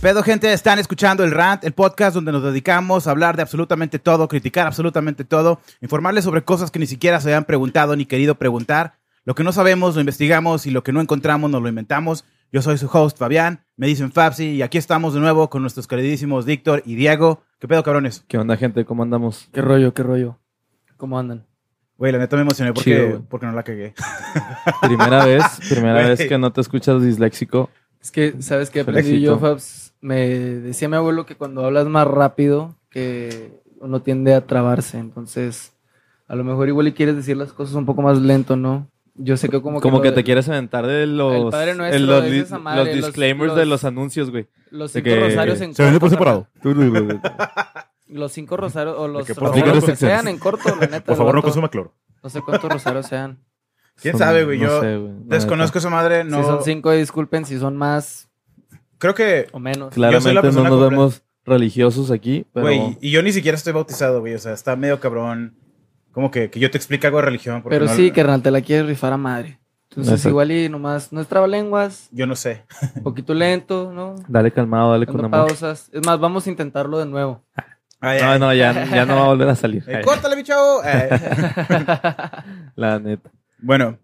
pedo, gente? Están escuchando el Rant, el podcast donde nos dedicamos a hablar de absolutamente todo, criticar absolutamente todo, informarles sobre cosas que ni siquiera se han preguntado ni querido preguntar. Lo que no sabemos lo investigamos y lo que no encontramos nos lo inventamos. Yo soy su host, Fabián, me dicen Fabsi, y aquí estamos de nuevo con nuestros queridísimos Víctor y Diego. ¿Qué pedo, cabrones? ¿Qué onda, gente? ¿Cómo andamos? ¿Qué rollo, qué rollo? ¿Cómo andan? Güey, la neta me emocioné porque, Chido, güey. porque no la cagué. Primera vez, primera Güey. vez que no te escuchas disléxico. Es que, ¿sabes qué aprendí Felicito. yo, Fabs? Me decía mi abuelo que cuando hablas más rápido, que uno tiende a trabarse. Entonces, a lo mejor igual y quieres decir las cosas un poco más lento, ¿no? Yo sé que como Como, que, que, lo- te quieres aventar de los, El Padre Nuestro, en los, es di- esa madre, los los- disclaimers los- de los anuncios, güey. los de cinco que- rosarios en Se vende por corto, separado. carnal. Los cinco rosarios o los que por rosarios favor no que consumas. sean en corto, la neta. Por el favor, no vato. consuma cloro. No sé cuántos rosarios sean. ¿Quién Son- sabe, güey? no Yo sé, güey, la neta. Desconozco esa madre, no. Si son cinco, disculpen. Si son más Creo que, o Yo menos. soy la Claramente no persona nos completa. vemos religiosos aquí, pero güey, y yo ni siquiera estoy bautizado, güey. O sea, está medio cabrón. Como que, que yo te explique algo de religión. porque Pero no- sí, carnal, te la quieres rifar a madre. Entonces, Exacto. igual y nomás, no es trabalenguas, Yo no sé. un poquito lento, ¿no? dale calmado, dale con Dando amor. pausas. Es más, vamos a intentarlo de nuevo. Ay, No, ay. no, ya, ya no va a volver a salir. Eh, ¡Córtale, bicho! Eh, La neta. bueno,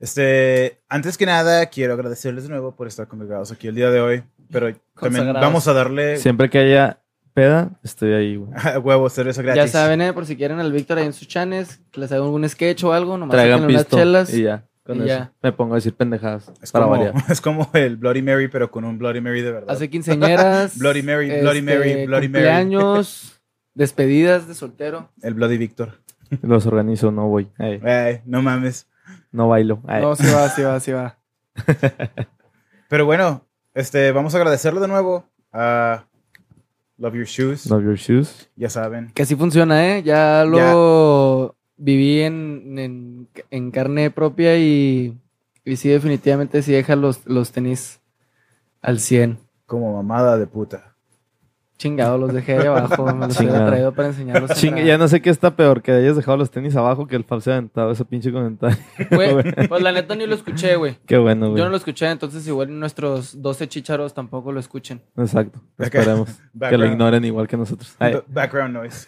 este, antes que nada, quiero agradecerles de nuevo por estar congregados aquí el día de hoy. Pero también Consagrados. vamos a darle Siempre que haya peda, estoy ahí, güey. Ah, a huevo cerveza gratis. Ya saben, eh, por si quieren al Víctor ahí en sus chanes, que les haga algún sketch o algo, nomás Traigan sáquenle unas pisto chelas. y ya. Con y eso ya. me pongo a decir pendejadas Es para como, variar. es como el Bloody Mary, pero con un Bloody Mary de verdad. Hace quinceañeras. este, Bloody Mary, Bloody Mary, Bloody Mary. Cumpleaños, despedidas de soltero. El Bloody Victor. Los organizo, no voy. Ey, Ay, no mames. no bailo. Ey. No, sí va, sí va, sí va. Pero bueno, este, vamos a agradecerle de nuevo a Love Your Shoes, Love your shoes. ya saben. Que así funciona, ¿eh? Ya lo viví en, en- en carne propia y, y sí, definitivamente sí deja los, los tenis al 100. Como mamada de puta. Chingado, los dejé ahí abajo. Me los había Chingado. traído para enseñarlos. en Chinga, la- ya no sé qué está peor, que hayas dejado los tenis abajo que el Fab se ha aventado ese pinche comentario. Güey, pues la neta ni lo escuché, güey. Qué bueno, güey. Yo no lo escuché, entonces igual nuestros 12 chícharos tampoco lo escuchen. Exacto. Ok. Esperemos que lo Background, ignoren igual que nosotros. Ay, b- background noise.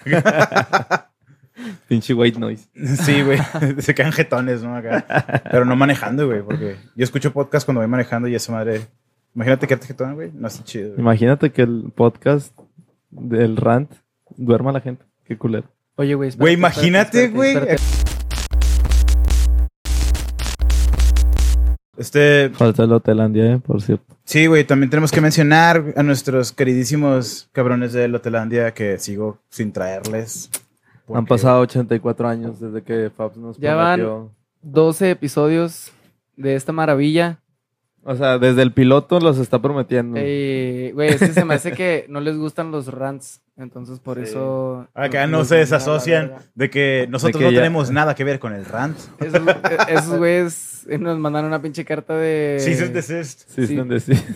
pinche white noise. sí, güey. Se quedan jetones, ¿no? Acá. Pero no manejando, güey, porque yo escucho podcast cuando voy manejando y esa madre. Imagínate quedarte jetón, güey. No está chido. güey. Imagínate que el podcast del rant duerma a la gente. Qué culero. Oye, güey. espérate, Güey, espérate, imagínate, espérate, güey. espérate. Este, Falta el Hotelandia, eh, por cierto. sí, güey, también tenemos que mencionar a nuestros queridísimos cabrones de Lotelandia que sigo sin traerles. Han porque- pasado 84 años desde que Fab nos Ya van. prometió. 12 episodios de esta maravilla. O sea, desde el piloto los está prometiendo. Eh, Güey, es que se me hace que no les gustan los rants. Entonces, por Sí. eso. Acá Ah, no los se mandan a la desasocian verga. de que nosotros que no ya- tenemos nada que ver con el rant. Esos eh, esos güeyes eh, nos mandaron una pinche carta de. Cease and desist. Sí, sí. están de- sí.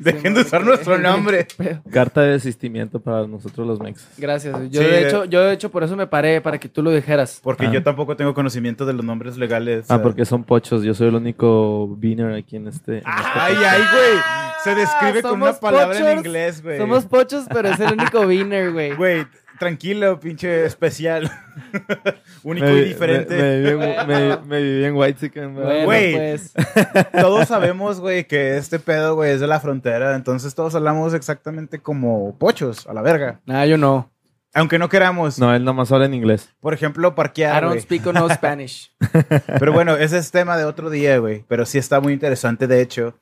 Dejen de madre, usar qué- nuestro nombre. qué pedo. Carta de desistimiento para nosotros los mexas. Gracias. Yo, Sí, de eh. hecho, yo, de hecho, por eso me paré, para que tú lo dijeras. Porque Ah. yo tampoco tengo conocimiento de los nombres legales. Ah, eh. porque son pochos. Yo soy el único beaner aquí en este. en este Ay, ay, güey. Se describe con Ah, Somos una palabra en pochos. inglés, güey. Somos pochos, pero es el único winner, güey. Güey, tranquilo, pinche especial. Único me, y vi- diferente. Me, me viví en- me- me viví en White Chicken, Bueno, Güey. pues, Todos sabemos, güey, que este pedo, güey, es de la frontera. Entonces todos hablamos exactamente como pochos, a la verga. Nah, yo no. Aunque no queramos. No, él nomás habla en inglés. Por ejemplo, I parquear, don't güey. speak no Spanish. Pero bueno, ese es tema de otro día, güey. Pero sí está muy interesante, de hecho,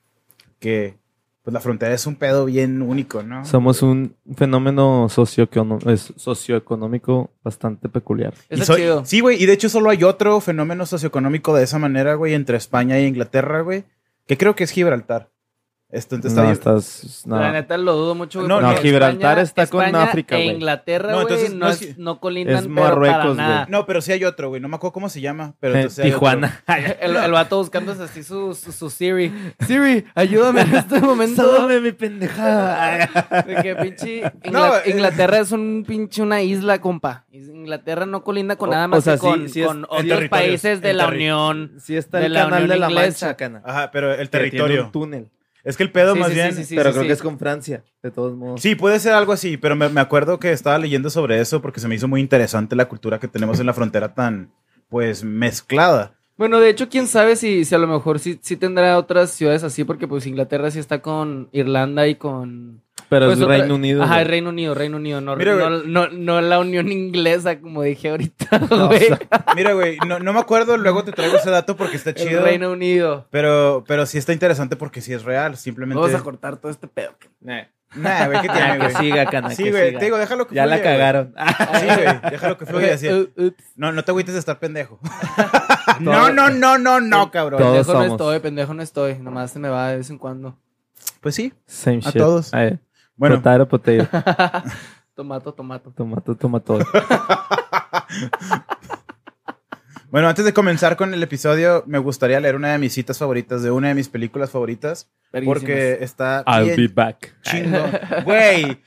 que pues la frontera es un pedo bien único, ¿no? Somos un fenómeno socioecono- es socioeconómico bastante peculiar. Y Eso so- es chido. Sí, güey. Y de hecho solo hay otro fenómeno socioeconómico de esa manera, güey, entre España e Inglaterra, güey. Que creo que es Gibraltar. Esto entonces, no, está bien- estás. No. La neta lo dudo mucho. güey, No, porque no, Gibraltar está con España África, e güey. Inglaterra, No, güey, no, entonces no, no es- es- no colindan, es pero para Marruecos, nada. No, pero sí hay otro, güey. No me acuerdo cómo se llama. Pero Eh, entonces hay otro. Tijuana. El, el vato buscando así su, su, su Siri. Siri, ayúdame en este momento. Sálvame mi pendejada. De que pinche Ingla- No, eh. Inglaterra es un pinche una isla, compa. Inglaterra no colinda con O- nada más o sea, que con, sí- sí es- con en otros territorios, países de en la terri- Unión. Sí, está De el la canal Unión de la Inglesa. Mancha, cana. Ajá, pero el que tiene Ah, territorio. un túnel. Es que el pedo Sí, más sí, bien... sí, sí, pero sí, creo sí. que es con Francia, de todos modos. Sí, puede ser algo así, pero me, me acuerdo que estaba leyendo sobre eso porque se me hizo muy interesante la cultura que tenemos en la frontera tan, pues, mezclada. Bueno, de hecho, quién sabe si, si a lo mejor sí, sí tendrá otras ciudades así, porque pues Inglaterra sí está con Irlanda y con... Pero pues, es otra- Reino Unido. Ajá, güey. es Reino Unido, Reino Unido, no, Mira, no, güey. no- no la Unión Inglesa, como dije ahorita, güey. Mira, güey, no, no me acuerdo, luego te traigo ese dato porque está El chido. Reino Unido. Pero, pero sí está interesante porque sí es real, simplemente... Vamos a cortar todo este pedo. Nah, Nah, güey, ¿qué tiene, ya, que güey? siga, cana, Ah, Sí, que güey, siga. te digo, déjalo que Ya la fluya, güey. cagaron. Sí, güey, déjalo que fluya así. Uh, uh, No, no te agüites de estar pendejo. no, no, no, no, no, cabrón. Todo. Todos pendejo no somos. estoy, pendejo no estoy. Nomás se me va de vez en cuando. Pues sí. Same A shit. todos. Ay, Bueno, Potato, potato. Tomato, tomato. Tomato, tomato. bueno, antes de comenzar con el episodio, me gustaría leer una de mis citas favoritas, de una de mis películas favoritas, porque está I'll bien be back. chingón. Güey,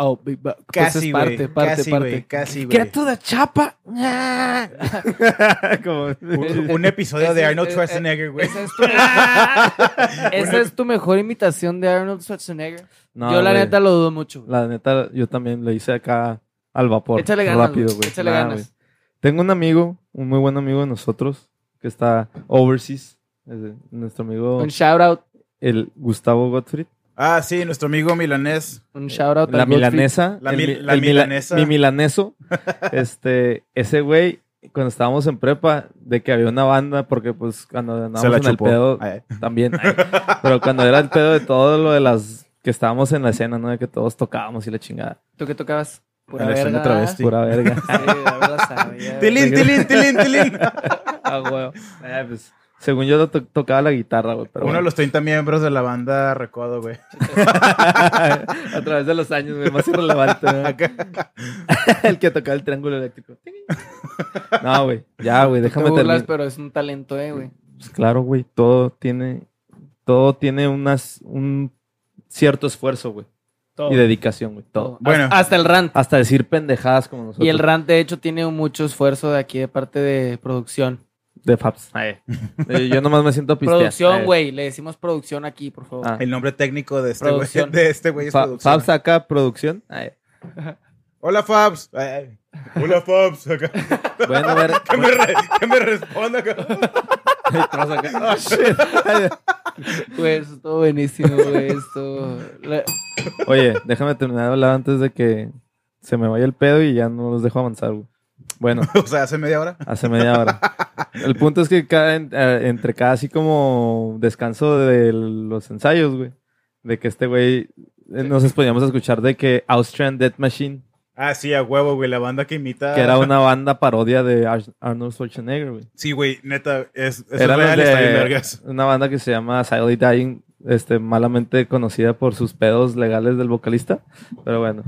Oh, big ba- pues casi, güey. es parte, parte, casi, parte. güey, casi, güey. Get to the chapa. Como- Un, un episodio de Ese- Arnold eh, eh, Schwarzenegger, güey. Esa es, tu, Esa es tu mejor imitación de Arnold Schwarzenegger. No, Yo la güey. neta lo dudo mucho. güey. La neta, yo también le hice acá al vapor. Échale ganas. Rápido, güey. güey. Échale Nah, güey. ganas. Tengo un amigo, un muy buen amigo de nosotros, que está overseas. es de- nuestro amigo, Un shout out. el Gustavo Gottfried. Ah, sí, nuestro amigo milanés. Un shout out. La milanesa. La el mil- mi- la el mila- milanesa. Mi milaneso. este, ese güey, cuando estábamos en prepa, de que había una banda, porque pues cuando Se la andábamos en chupó. el pedo Ah, eh. también. ay, pero cuando era el pedo de todo lo de las que estábamos en la escena, ¿no? De que todos tocábamos y la chingada. ¿Tú qué tocabas? Pura En la escena verga. travesti. Sí. Pura verga. Sí, la verdad sabía, güey. Tilín, tilín, tilín, tilín. Ah, güey. Eh, pues, según yo to- tocaba la guitarra, güey. Pero Uno de bueno. los 30 miembros de la banda Recodo, güey. a través de los años, güey, más irrelevante. ¿no? el que tocaba el triángulo eléctrico. No, güey. Ya, güey, Te déjame burlas, terminar. pero es un talento, eh, güey. Pues claro, güey, todo tiene, todo tiene unas, un cierto esfuerzo, güey. Todo. Y dedicación, güey. Todo. Bueno. Hasta- hasta el rant. Hasta decir pendejadas como nosotros. Y el rant, de hecho, tiene mucho esfuerzo de aquí de parte de producción. De Fabs. Ay. Eh, Yo nomás me siento Eh, pisteado. Producción, güey. Le decimos producción aquí, por favor. Ah. El nombre técnico de este güey Producción. de este güey es producción. Fabs acá, producción. Ay. Hola Fabs. Ay, ay. Hola Fabs. Acá. Bueno, a ver. Que me, re- que me responda. cabrón. Estamos acá. Oh, shit. Güey, eso estuvo buenísimo, güey. Esto. La- Oye, déjame terminar de hablar antes de que se me vaya el pedo y ya no los dejo avanzar, güey. Bueno, O sea, hace media hora. hace media hora. El punto es que cada, en- eh, entre cada así como descanso de los ensayos, güey, de que este güey eh, nos podíamos escuchar de que Austrian Death Machine, Ah, sí, a huevo, güey. La banda que imita. que era una banda parodia de Ar- Arnold Schwarzenegger, güey. Sí, güey, neta. Es, es Era real, los de- está bien vergas. una banda que se llama Silently Dying, este, malamente conocida por sus pedos legales del vocalista. Pero bueno,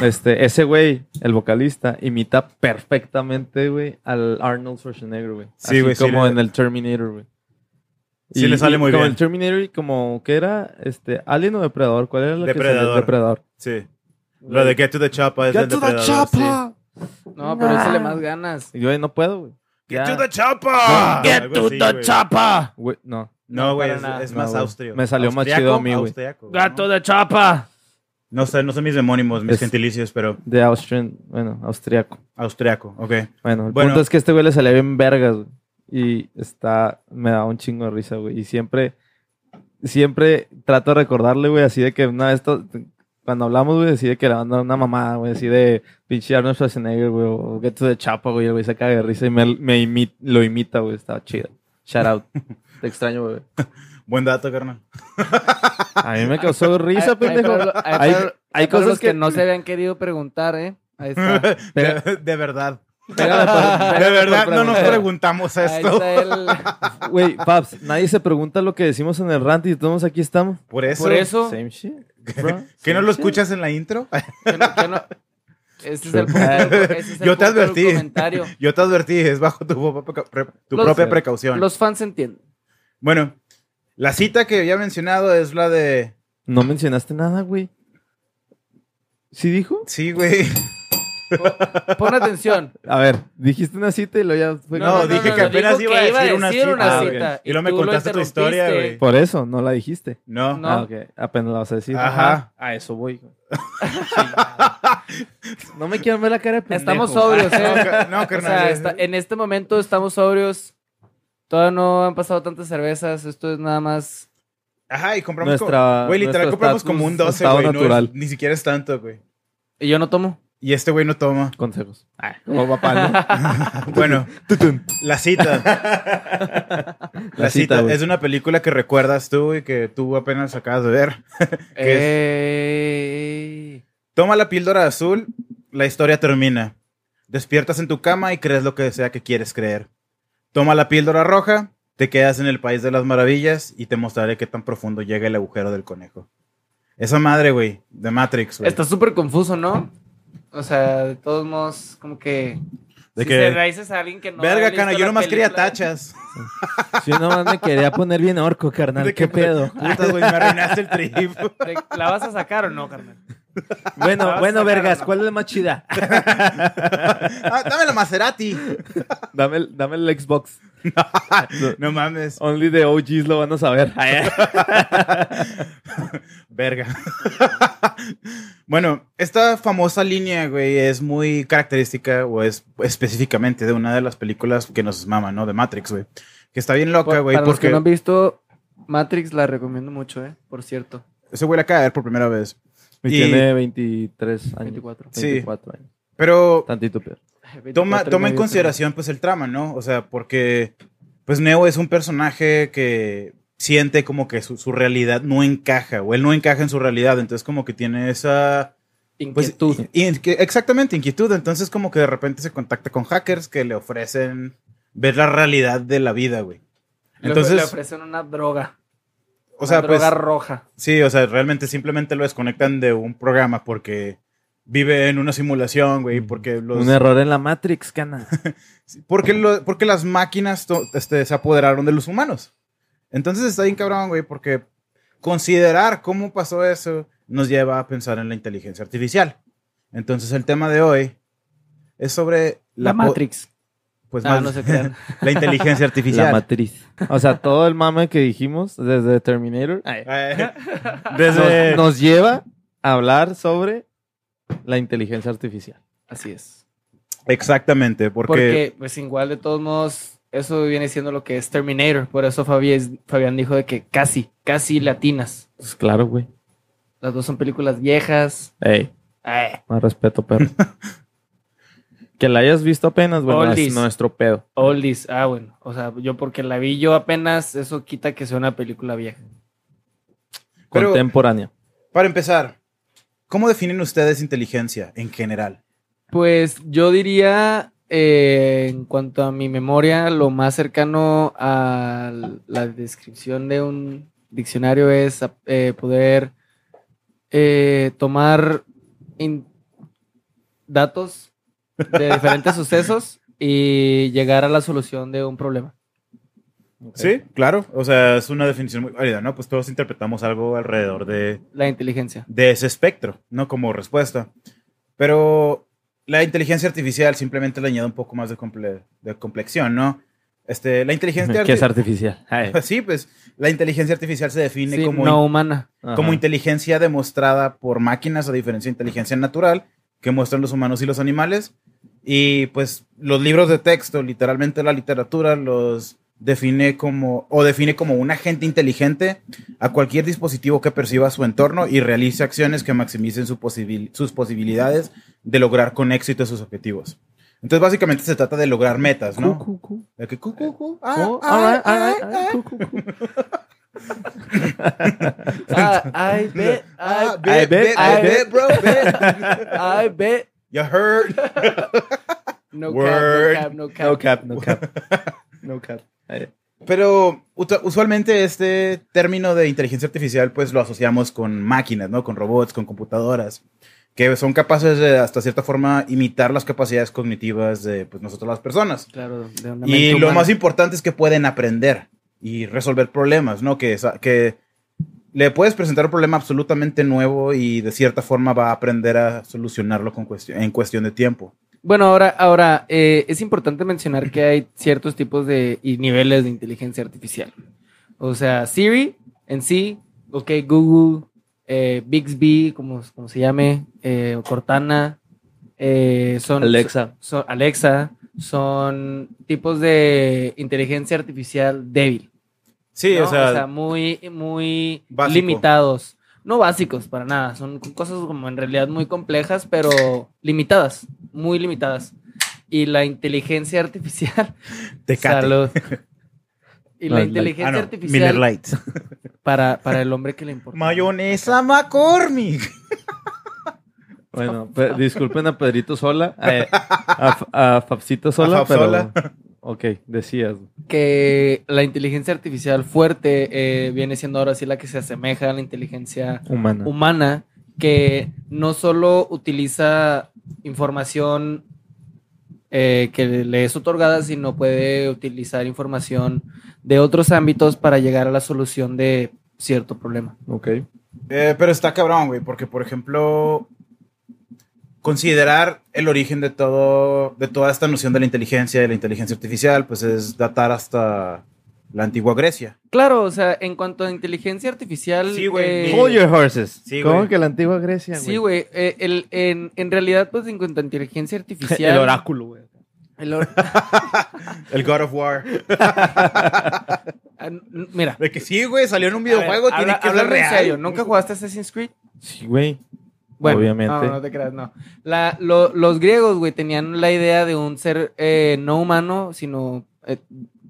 este, ese güey, el vocalista, imita perfectamente, güey, al Arnold Schwarzenegger, güey. Sí, Así güey, sí como le- en el Terminator, güey. Sí le sale muy como bien. el Terminator, y como que era este, Alien o Depredador, ¿cuál era la que Depredador. salía? Depredador? Sí. Lo de Get to the Chapa es Get del to the depredador, sí. chopper. No, pero échale más ganas. Y yo "Ay, no puedo, güey. Get to Ya. the Chapa. Algo así, güey. chopper. Güey, no. No, güey, No, es, para es nada. más No, güey. austrio. Me salió más chido a mí, güey. austriaco, Get to ¿no? the chapa. No sé, no sé mis demónimos, mis Es- gentilicios, pero De Austrian, bueno, austriaco. austriaco, ok. Bueno, el Bueno. punto es que este güey le salía bien vergas, güey. Y está, me da un chingo de risa, güey. Y siempre, siempre trato de recordarle, güey, así de que una vez, to- cuando hablamos, güey, así de que le manda una mamada, güey, así de pinche Arnold Schwarzenegger, güey, o Get to the Chapa, güey, el güey se caga de risa y me, me imi- lo imita, güey, está chido. Shout out. Te extraño, güey. Buen dato, carnal. A mí me causó risa, pendejo. Hay, hay cosas cosas que que no se habían querido preguntar, eh. Ahí está. De, de verdad. Pégame Ah, por- De verdad, no nos preguntar. preguntamos Ahí esto. está el. Güey, Paps, nadie se pregunta lo que decimos en el rant y todos aquí estamos. Por eso. Por eso. Same shit, bro. ¿Que no Same lo shit. escuchas en la intro? que no- que no- Ese es el punto. ese es el Yo te punto del advertí. comentario. Yo te advertí, es bajo tu, propia pre- tu Los- propia precaución. Los fans entienden. Bueno, la cita que había mencionado es la de. No mencionaste nada, güey. ¿Sí dijo? Sí, güey. Pon atención. A ver, dijiste una cita y lo ya fue. No, como- dije que dijo apenas iba a decir una cita. Ah, ok. Y luego me tú contaste tu historia, interrumpiste. Por eso, no la dijiste. No. No. Ah, ok. Apenas la vas a decir. Ajá. Ah, A eso voy. Chingada. no me quieran ver la cara de pendejo. Estamos sobrios, No, ¿eh? ca- no, O carnal. sea, está- en este momento estamos sobrios. Todavía no han pasado tantas cervezas. Esto es nada más. Ajá, y compramos Nuestra- como... Güey, literal, nuestro compramos estatus, como un 12, estado güey. no es- natural. ni siquiera es tanto, güey. Y yo no tomo. Y este güey no toma. Consejos. Como papá, ¿no? Ah, Bueno, la cita. La La cita, cita güey. es una película que recuerdas tú y que tú apenas acabas de ver. Ey. Toma la píldora azul, la historia termina. Despiertas en tu cama y crees lo que sea que quieres creer. Toma la píldora roja, te quedas en el país de las maravillas y te mostraré qué tan profundo llega el agujero del conejo. Esa madre, güey, de Matrix, güey. Está súper confuso, ¿no? O sea, de todos modos, como que. De si que- se raíces a alguien que no. ha Verga, visto cana, yo la nomás quería película- tachas. Si yo nomás me quería poner bien orco, carnal. De ¿Qué que- pedo? Puta, güey, me arruinaste el trip. ¿Te- ¿La vas a sacar o no, carnal? Vas Bueno, a bueno, sacar vergas, la- ¿cuál es la más chida? Ah, dame la Maserati. Dame el, dame el Xbox. No mames. Only the OGs lo van a saber. Verga. bueno, esta famosa línea, güey, es muy característica o es específicamente de una de las películas que nos maman, ¿no? De Matrix, güey. Que está bien loca, Por- güey, para los porque que no han visto Matrix, la recomiendo mucho, ¿eh? Por cierto, ese güey la acaba de ver por primera vez. Y Y- tiene 23 años. 24. Sí. 24 años. Pero Tantito peor. toma, 24 y toma en medio, consideración, pues, el trama, ¿no? O sea, porque, pues, Neo es un personaje que siente como que su, su realidad no encaja, o él no encaja en su realidad, entonces como que tiene esa... creo. Pues, Inquietud. y- y- que- exactamente, inquietud. Entonces, como que de repente se contacta con hackers que le ofrecen ver la realidad de la vida, güey. Le- Entonces, le ofrecen una droga. o sea, una droga pues, roja. sí, o sea, realmente simplemente lo desconectan de un programa porque vive en una simulación, güey, porque los... Un error en la Matrix, cana. Porque, lo- porque las máquinas to- este, se apoderaron de los humanos. Entonces está bien cabrón, güey, porque considerar cómo pasó eso nos lleva a pensar en la inteligencia artificial. Entonces el tema de hoy es sobre La, po- Matrix. Pues Ah, más- no se crean. la inteligencia La artificial. matriz. O sea, todo el mame que dijimos desde Terminator Eh, nos, desde nos lleva a hablar sobre la inteligencia artificial. Así es. exactamente, porque, Porque, pues, igual, de todos modos, eso viene siendo lo que es Terminator. Por eso Fabi- Fabián dijo de que casi, casi latinas. Pues claro, güey. Las dos son películas viejas. Ey, Eh, más respeto, perro. que la hayas visto apenas, bueno, es Oldies. nuestro pedo. oldies. Ah, bueno. O sea, yo porque la vi yo apenas, eso quita que sea una película vieja. Pero- Contemporánea. para empezar, ¿cómo definen ustedes inteligencia en general? Pues yo diría, eh, en cuanto a mi memoria, lo más cercano a la descripción de un diccionario es eh, poder eh, tomar in- datos de diferentes sucesos y llegar a la solución de un problema. Sí, claro, o sea, es una definición muy válida, ¿no? Pues todos interpretamos algo alrededor de La inteligencia. de ese espectro, ¿no? Como respuesta. Pero la inteligencia artificial simplemente le añade un poco más de, comple- de complexión, ¿no? Este, la inteligencia Que es artificial. artificial. Ey. Sí, pues la inteligencia artificial se define Sí, como, no humana. Ajá. como inteligencia demostrada por máquinas, a diferencia de inteligencia natural que muestran los humanos y los animales. Y pues los libros de texto, literalmente la literatura, los define como o define como un agente inteligente a cualquier dispositivo que perciba su entorno y realice acciones que maximicen su posibil- sus posibilidades de lograr con éxito sus objetivos. Entonces básicamente se trata de lograr metas, ¿no? Cu, cu, cu. De que, cu, cu, cu, ah, Oh, ah, alright, ah, alright, alright, cu, cu, cu. Ah, I bet, ah, I bet, bet, I bet, bro, bet. bet, I bet. You heard. No Word. cap, no cap, no cap. No cap, no cap. Eh, No cap. Ey. Pero ut- usualmente este término de inteligencia artificial pues lo asociamos con máquinas, ¿no? Con robots, con computadoras, que son capaces de hasta cierta forma imitar las capacidades cognitivas de pues, nosotros las personas. Claro, de una mente Y lo humana. más importante es que pueden aprender y resolver problemas, ¿no? Que, esa- que le puedes presentar un problema absolutamente nuevo y de cierta forma va a aprender a solucionarlo con cuestión- en cuestión de tiempo. Bueno, ahora, ahora eh, es importante mencionar que hay ciertos tipos de y niveles de inteligencia artificial. O sea, Siri en sí, ok, Google, eh, Bixby, como, como se llame, eh, o Cortana, eh, son Alexa. son- Alexa, son tipos de inteligencia artificial débil. Sí, ¿no? O sea, muy, muy Básico. limitados. No básicos para nada, son cosas como en realidad muy complejas, pero limitadas, muy limitadas. Y la inteligencia artificial. Salud. No, Y la es light. inteligencia ah, Miller artificial Light. para, para el hombre que le importa. Mayonesa McCormick. Bueno, pe- disculpen a Pedrito Sola, eh, a, F- a Fabcito A Sola, Fab pero... Sola. Ok, decías. Que la inteligencia artificial fuerte eh, viene siendo ahora sí la que se asemeja a la inteligencia Humana. humana que no solo utiliza información eh, que le es otorgada, sino puede utilizar información de otros ámbitos para llegar a la solución de cierto problema. ok. Eh, pero está cabrón, güey, porque por ejemplo, considerar el origen de todo, de toda esta noción de la inteligencia, de la inteligencia artificial, pues es datar hasta la antigua Grecia. Claro, o sea, en cuanto a inteligencia artificial, Sí, güey, eh, ni- Hold your horses. Sí, ¿Cómo güey. que la antigua Grecia, güey? sí, güey, eh, el- en, en realidad, pues en cuanto a inteligencia artificial, El oráculo, güey. el or- El God of War. ah, n- mira, De que sí, güey, salió en un videojuego, a ver, tiene habla- que ser hablando en real. serio, ¿nunca jugaste Assassin's Creed? Sí, güey. Bueno, Obviamente. No, no te creas, no. La- lo- los griegos, güey, tenían la idea de un ser eh, no humano, sino eh,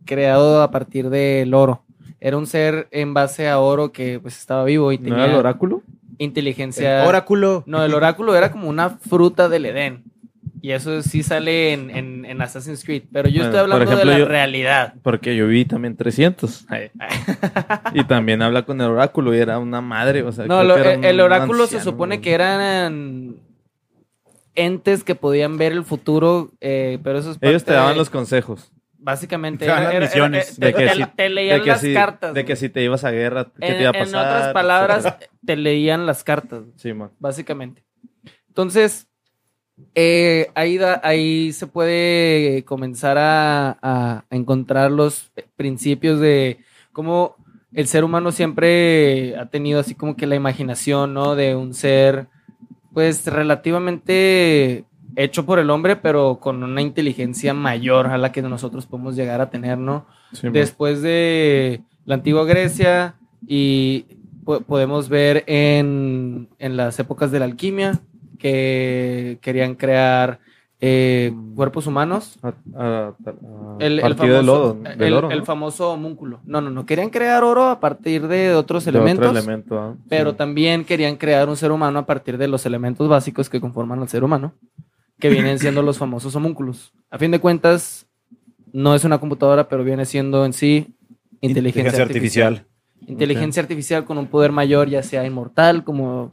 creado a partir del oro. Era un ser en base a oro que pues estaba vivo y ¿No tenía era el oráculo? inteligencia. El oráculo. No, el oráculo era como una fruta del Edén. Y eso sí sale en, en- en Assassin's Creed. Pero yo Bueno, estoy por hablando ejemplo, de la yo- realidad. Porque yo vi también 300. Ay. y también habla con el oráculo y era una madre, o sea... No, creo lo- que era el, un- el un oráculo se anciano, supone güey. que eran entes que podían ver el futuro, eh, pero eso es Ellos te parte daban de- los consejos. Básicamente, Te daban las misiones. te, De que te- si- te leían de que las si- cartas. De que güey. si te ibas a guerra, ¿qué en, te iba a en pasar? pues, otras palabras, etcétera? te leían las cartas, Sí, man. básicamente. Entonces, eh, ahí, da- ahí se puede comenzar a, a encontrar los principios de cómo el ser humano siempre ha tenido así como que la imaginación, ¿no? De un ser, pues, relativamente hecho por el hombre, pero con una inteligencia mayor a la que nosotros podemos llegar a tener, ¿no? Sí, man. después de la antigua Grecia y po- podemos ver en, en las épocas de la alquimia que querían crear eh, cuerpos humanos. A- a- a- El, el partido famoso, de lodo, del el- oro, el ¿no? famoso homúnculo. No, no, no. Querían crear oro a partir de otros De otro elementos, elemento, ah, pero sí. también querían crear un ser humano a partir de los elementos básicos que conforman al ser humano, que vienen siendo los famosos homúnculos. A fin de cuentas, no es una computadora, pero viene siendo en sí inteligencia, artificial. Inteligencia artificial con un poder mayor, ya sea inmortal, como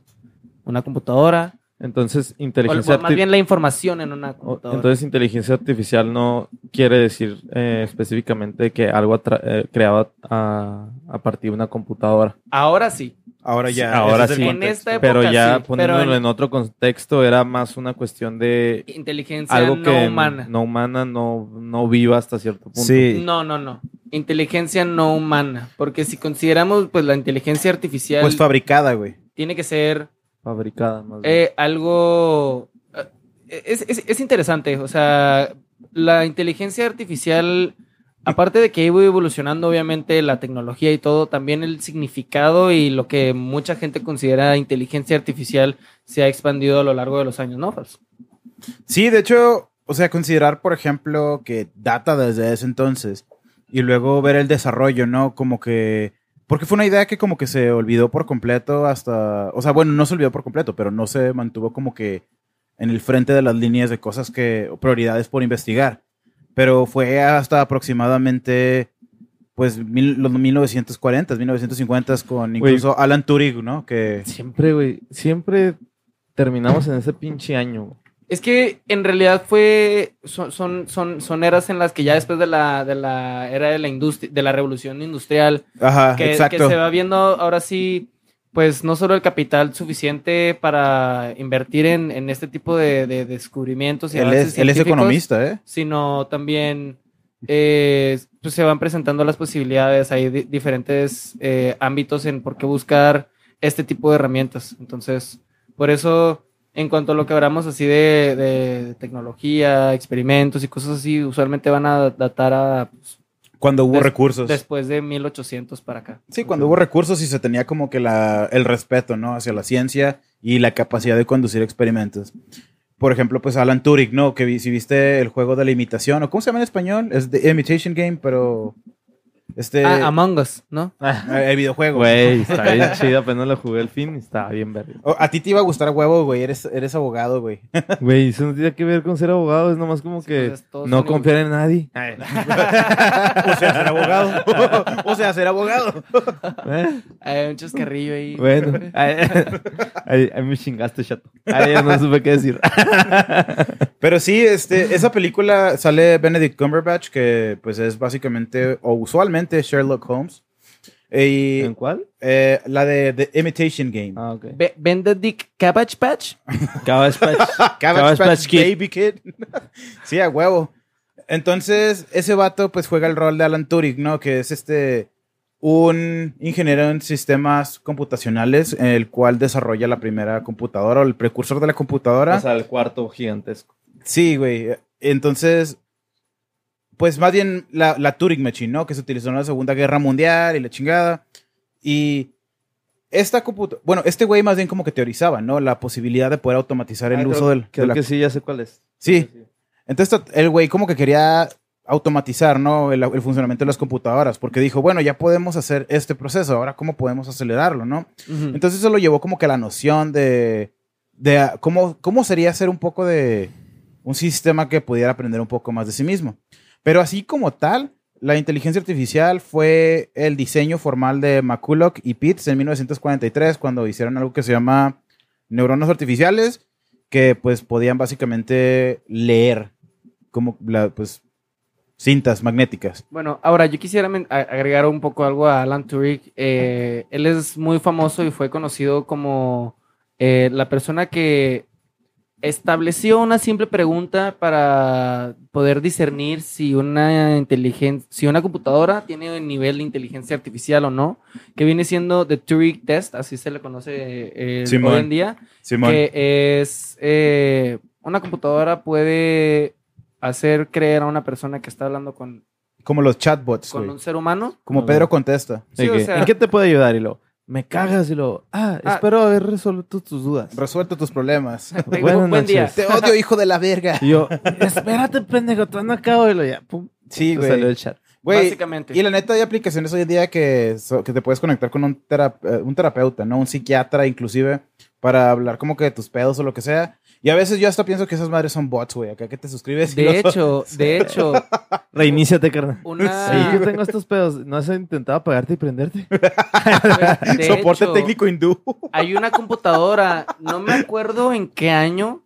una computadora. Entonces, O, inteligencia o más arti- bien eh. la información en una o- computadora. Entonces, inteligencia artificial no quiere decir eh, específicamente que algo atra- eh, creado a, a partir de una computadora. Ahora sí. Ahora ya. Sí, ese ahora es el sí. en contexto. esta época Pero ya sí, poniéndolo pero en en otro contexto, era más una cuestión de inteligencia algo no que humana. no humana, no, no viva hasta cierto punto. Sí. No, no, no. Inteligencia no humana. Porque si consideramos, pues la inteligencia artificial Pues fabricada, güey. tiene que ser Fabricada más bien. eh, algo... eh, Es, es- es interesante, o sea, la inteligencia artificial, aparte de que ha ido evolucionando obviamente la tecnología y todo, también el significado y lo que mucha gente considera inteligencia artificial se ha expandido a lo largo de los años, ¿no? Fabs? Sí, de hecho, o sea, considerar, por ejemplo, que data desde ese entonces y luego ver el desarrollo, ¿no? Como que... Porque fue una idea que como que se olvidó por completo hasta... O sea, bueno, no se olvidó por completo, pero no se mantuvo como que en el frente de las líneas de cosas que... o prioridades por investigar. Pero fue hasta aproximadamente, pues, mil- los 1940s, 1950s con Güey. incluso Alan Turing, ¿no? Que... Siempre, güey. Siempre terminamos en ese pinche año. güey. Es que en realidad fue son, son, son, son eras en las que ya después de la, de la era de la industria, de la revolución industrial, Ajá, que, que Ah, exacto. se va viendo ahora sí pues no solo el capital suficiente para invertir en, en este tipo de, de descubrimientos y Él avances es, él es científicos, economista, ¿eh? sino también eh, pues se van presentando las posibilidades, hay di- diferentes eh, ámbitos en por qué buscar este tipo de herramientas. Entonces, por eso, en cuanto a lo que hablamos así de, de tecnología, experimentos y cosas así, usualmente van a datar a pues, Cuando hubo Des- recursos. después de 1800 para acá. Sí, cuando hubo recursos y se tenía como que la, el respeto, ¿no? Hacia la ciencia y la capacidad de conducir experimentos. Por ejemplo, pues Alan Turing, ¿no? Que vi- si viste el juego de la imitación, o ¿cómo se llama en español? Es The Imitation Game, pero... Este... Ah, Among Us, ¿no? eh, el videojuego. Güey, está bien chido. Apenas lo jugué al fin y estaba bien verga. O- a ti te iba a gustar huevo, güey. Eres, eres abogado, güey. Güey, eso no tiene que ver con ser abogado. Es nomás como que pues, todos no son confiar en nadie. o sea, ser abogado. o sea, ser abogado. Eh, Hay un chascarrillo ahí. Bueno, ay, ay, ay, me chingaste, chato. Ay, ya no supe qué decir. Pero sí, este, esa película sale Benedict Cumberbatch, que pues es básicamente o usualmente Sherlock Holmes. Y ¿En cuál? eh, la de The Imitation Game. Ah, ok. Be- Benedict Cabbage Patch. Cabbage Patch. Cabbage Cabbage Patch Patch Kid. Baby Kid. sí, a huevo. Entonces, ese vato pues juega el rol de Alan Turing, ¿no? Que es este un ingeniero en sistemas computacionales, el cual desarrolla la primera computadora o el precursor de la computadora. O sea, el cuarto gigantesco. Sí, güey. Entonces, pues más bien la, la Turing Machine, ¿no? Que se utilizó en la Segunda Guerra Mundial y la chingada. Y esta computadora, bueno, este güey más bien como que teorizaba, ¿no? La posibilidad de poder automatizar el Ah, uso creo- del... de Creo la- que sí, ya sé cuál es. Sí, entonces el güey como que quería automatizar, ¿no? El, el funcionamiento de las computadoras, porque dijo, bueno, ya podemos hacer este proceso, ahora cómo podemos acelerarlo, ¿no? Ujú. Entonces eso lo llevó como que a la noción de, de ah, cómo, cómo sería hacer un poco de un sistema que pudiera aprender un poco más de sí mismo. Pero así como tal, la inteligencia artificial fue el diseño formal de McCulloch y Pitts en 1943 cuando hicieron algo que se llama neuronas artificiales que pues podían básicamente leer como la, pues cintas magnéticas. Bueno, ahora yo quisiera men- a- agregar un poco algo a Alan Turing. Eh, él es muy famoso y fue conocido como eh, la persona que estableció una simple pregunta para poder discernir si una inteligen- si una computadora tiene un nivel de inteligencia artificial o no, que viene siendo The Turing Test, así se le conoce eh, Simón. hoy en día. Simón. que es eh, una computadora puede hacer creer a una persona que está hablando con, Como los chatbots, con güey. un ser humano. Como Pedro contesta. Sí, ¿De o qué? sea- ¿En qué te puede ayudar? Y lo, me cagas y lo, ah, Ah. espero haber resuelto tus dudas. Resuelto tus problemas. Te Buenas digo, buen noches. día. Te odio, hijo de la verga. Y yo, espérate, pendejo, todavía no acabo. Y lo, ya, pum, Sí, salió güey. el chat. Güey, Básicamente. y la neta hay aplicaciones hoy en día que, so- que te puedes conectar con un, tera- eh, un terapeuta, ¿no? Un psiquiatra inclusive, para hablar como que de tus pedos o lo que sea. Y a veces yo hasta pienso que esas madres son bots, güey. Acá que te suscribes. y de los- hecho, de hecho, Reiníciate, carnal. Ah. una. Sí, yo tengo estos pedos. ¿No has intentado apagarte y prenderte? de hecho, Soporte técnico hindú. Hay una computadora, no me acuerdo en qué año,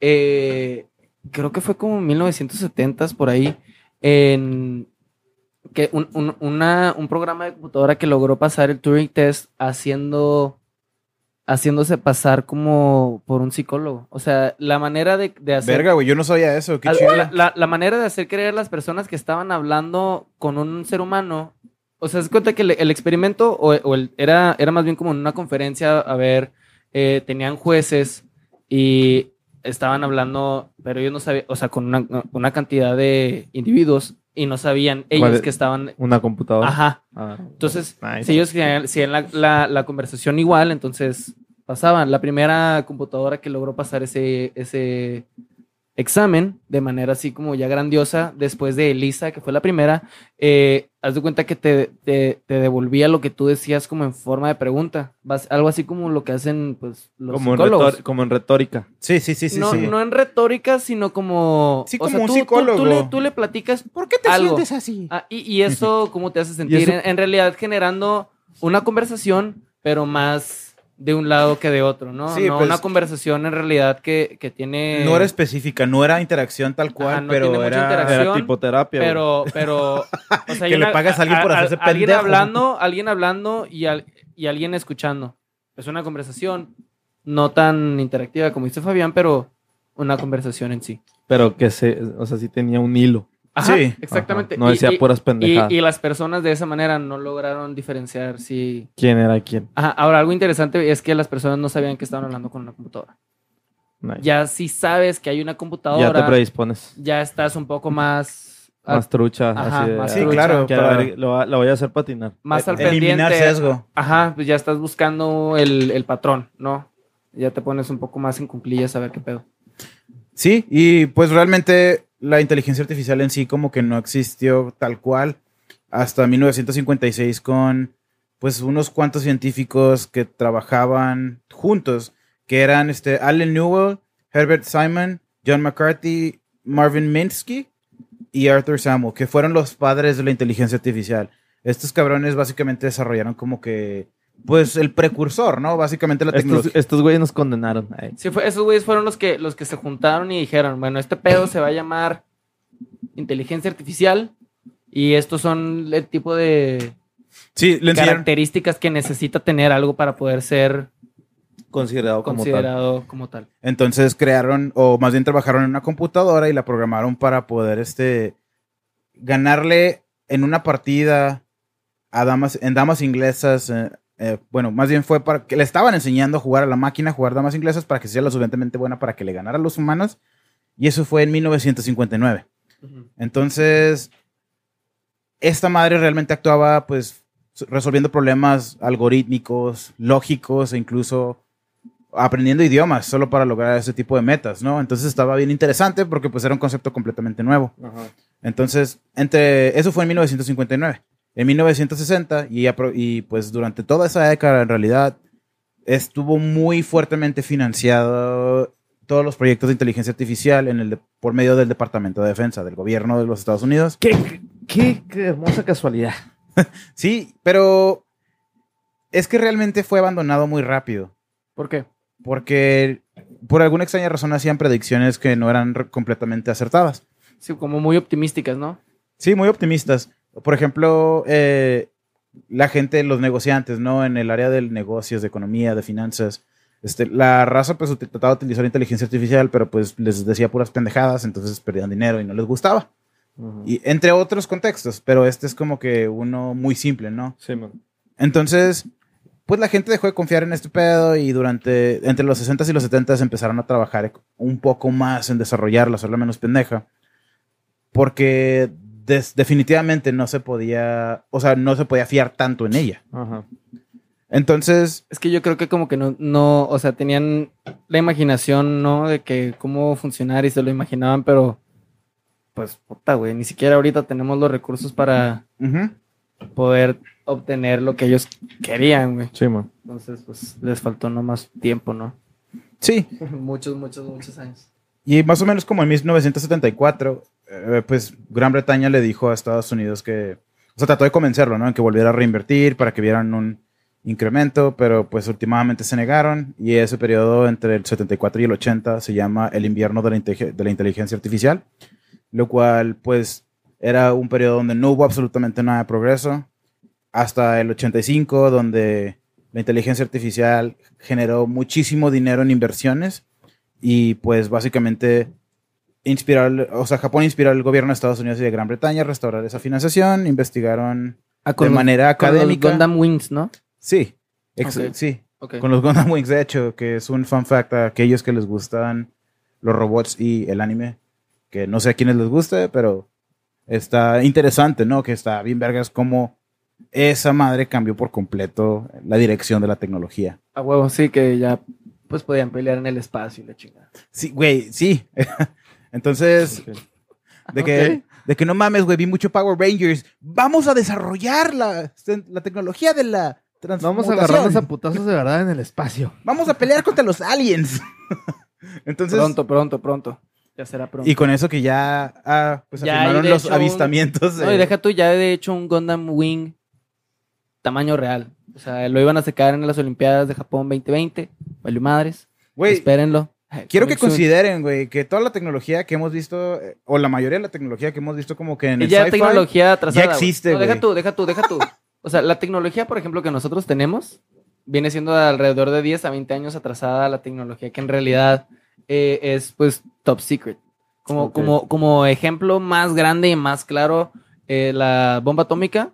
eh, creo que fue como 1970s por ahí, en que un, un- una- un programa de computadora que logró pasar el Turing Test haciendo haciéndose pasar como por un psicólogo. O sea, la manera de, de hacer Verga, güey, yo no sabía eso. Qué Al- chido. la, la- la manera de hacer creer a las personas que estaban hablando con un ser humano. O sea, se cuenta que el, el experimento o, o el- era, era más bien como en una conferencia, a ver, eh, tenían jueces y estaban hablando, pero ellos no sabían, o sea, con una, una cantidad de individuos y no sabían ¿Cuál ellos es? que estaban... Una computadora. Ajá. Ah. Entonces, Nice. si ellos hacían hacían la, la- la conversación igual, entonces pasaban. La primera computadora que logró pasar ese, ese examen de manera así como ya grandiosa, después de Elisa, que fue la primera, eh, haz de cuenta que te, te- te devolvía lo que tú decías como en forma de pregunta. Vas- algo así como lo que hacen pues, los como, en psicólogos. retor- como en retórica. Sí, sí, sí, sí. no, sí. no en retórica, sino como... Sí, o como sea, un tú- tú- psicólogo. Tú, le, tú le platicas ¿Por qué te Algo. sientes así? Ah, y, y eso, ¿cómo te hace sentir? eso- En, en realidad, generando una conversación, pero más de un lado que de otro, ¿no? Sí, no pues- una conversación en realidad que, que tiene. No era específica, no era interacción tal cual, eh. Ajá, no pero tiene mucha era... interacción. Era tipo terapia. güey. Pero, pero. O sea, hay Que le pagas a alguien por hacerse Alguien pendejo. hablando, alguien hablando y, al- y alguien escuchando. es una conversación no tan interactiva como dice Fabián, pero una conversación en sí. Pero que se, o sea, sí tenía un hilo. Sí. Ajá, exactamente. No decía y, puras y- pendejadas. y las personas de esa manera no lograron diferenciar si... ¿Quién era quién? Ajá, ahora, algo interesante es que las personas no sabían que estaban hablando con una computadora. Nice. Ya, Ya si sabes que hay una computadora, te ya, predispones. estás un poco más... Más trucha. Ah, Ajá, así de- más Sí, trucha. claro. Que a para ver, lo, va- lo voy a hacer patinar. Más al eliminar pendiente. sesgo. Ajá, pues ya estás buscando el, el patrón, ¿no? Ya te pones un poco más en cumplillas a ver qué pedo. Sí, y pues realmente la inteligencia artificial en sí como que no existió tal cual hasta 1956 con pues unos cuantos científicos que trabajaban juntos, que eran este Alan Newell, Herbert Simon, John McCarthy, Marvin Minsky y Arthur Samuel, que fueron los padres de la inteligencia artificial. Estos cabrones básicamente desarrollaron como que pues el precursor, ¿no? Básicamente la Estos, tecnología. estos güeyes nos condenaron. Ay, Sí, fue, esos güeyes fueron los que, los que se juntaron y dijeron, bueno, este pedo se va a llamar inteligencia artificial y estos son el tipo de Sí, le enseñaron- características que necesita tener algo para poder ser Considerado como tal. considerado como tal. Entonces crearon, o más bien trabajaron en una computadora y la programaron para poder este, ganarle en una partida a damas, en damas inglesas. eh, eh, bueno, más bien fue para que le estaban enseñando a jugar a la máquina, a jugar damas inglesas para que sea lo suficientemente buena para que le ganara a los humanos. Y eso fue en 1959. Entonces, esta madre realmente actuaba, pues, s- resolviendo problemas algorítmicos, lógicos e incluso aprendiendo idiomas solo para lograr ese tipo de metas, ¿no? Entonces estaba bien interesante porque pues era un concepto completamente nuevo. Ajá. Entonces, entre eso fue en 1959. En 1960, y, apro- y pues durante toda esa década en realidad, estuvo muy fuertemente financiado todos los proyectos de inteligencia artificial en el de- por medio del Departamento de Defensa del gobierno de los Estados Unidos. ¿Qué, qué, qué hermosa casualidad. Sí, pero es que realmente fue abandonado muy rápido. ¿Por qué? porque por alguna extraña razón hacían predicciones que no eran re- completamente acertadas. Sí, como muy optimísticas, ¿no? Sí, muy optimistas. Por ejemplo, eh, la gente, los negociantes, ¿no? En el área de negocios, de economía, de finanzas. Este, la raza pues ut- trataba de utilizar inteligencia artificial, pero pues les decía puras pendejadas, entonces perdían dinero y no les gustaba. Y entre otros contextos, pero este es como que uno muy simple, ¿no? Sí, man. Entonces, pues la gente dejó de confiar en este pedo y durante, entre los 60s y los 70s empezaron a trabajar un poco más en desarrollarla, hacerla menos pendeja. Porque des- definitivamente no se podía, o sea, no se podía fiar tanto en ella. Ajá. Entonces, Es que yo creo que como que no, no, o sea, tenían la imaginación, ¿no? De que cómo funcionar y se lo imaginaban, pero pues puta, güey, ni siquiera ahorita tenemos los recursos para ujú, poder obtener lo que ellos querían, güey. Sí, man. Entonces, pues les faltó nomás tiempo, ¿no? sí, muchos, muchos, muchos años. Y más o menos como en 1974, eh, pues Gran Bretaña le dijo a Estados Unidos que, o sea, trató de convencerlo, ¿no? En que volviera a reinvertir para que vieran un incremento, pero pues últimamente se negaron y ese periodo entre el 74 y el 80 se llama el invierno de la, inte- de la inteligencia artificial, lo cual pues era un periodo donde no hubo absolutamente nada de progreso, hasta el 85, donde la inteligencia artificial generó muchísimo dinero en inversiones y pues básicamente inspirar, o sea, Japón inspiró al gobierno de Estados Unidos y de Gran Bretaña a restaurar esa financiación, investigaron Ah, de manera académica. Gundam Wings, ¿no? Sí, ex- Ok. sí, Ok. con los Gundam Wings de hecho, que es un fun fact a aquellos que les gustan los robots y el anime, que no sé a quiénes les guste, pero está interesante, ¿no? Que está bien vergas como esa madre cambió por completo la dirección de la tecnología. A huevo, sí, que ya pues podían pelear en el espacio y la chingada. Sí, güey, sí. Entonces, de que, Ok. de que no mames, güey, vi mucho Power Rangers. Vamos a desarrollar la, la tecnología de la Vamos a transformación. agarrarnos a putazos de verdad en el espacio. Vamos a pelear contra los aliens. Entonces, pronto, pronto, pronto. Ya será pronto. Y con eso que ya ah, pues Ya, y afirmaron de los hecho un- avistamientos. No, eh, y deja tú ya de hecho un Gundam Wing tamaño real. O sea, lo iban a sacar en las Olimpiadas de Japón 2020. Valió madres. Güey, Espérenlo. quiero que Coming soon. consideren, güey, que toda la tecnología que hemos visto, eh, o la mayoría de la tecnología que hemos visto como que en el ya sci-fi, tecnología atrasada. güey. existe, No, deja güey. tú, deja tú, deja tú. O sea, la tecnología, por ejemplo, que nosotros tenemos viene siendo de alrededor de 10 a 20 años atrasada la tecnología que en realidad eh, es pues top secret. Como, Ok. como, como ejemplo más grande y más claro, eh, la bomba atómica.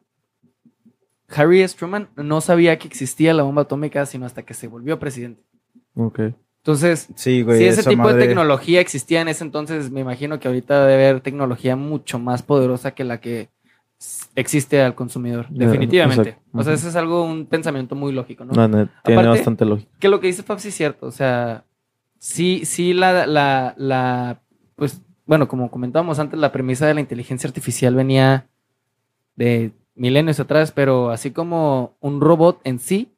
Harry S. Truman no sabía que existía la bomba atómica sino hasta que se volvió presidente. Ok. Entonces, Sí, güey. si ese esa tipo de madre- tecnología existía en ese entonces, me imagino que ahorita debe haber tecnología mucho más poderosa que la que s- existe al consumidor, Ya, definitivamente. exacto. O sea, Ujú. ese es algo, un pensamiento muy lógico, ¿no? No, no, tiene Aparte- bastante lógica. Que lo que dice Fab sí es cierto, o sea, sí, sí, la, la, la, pues, bueno, como comentábamos antes, la premisa de la inteligencia artificial venía de milenios atrás, pero así como un robot en sí,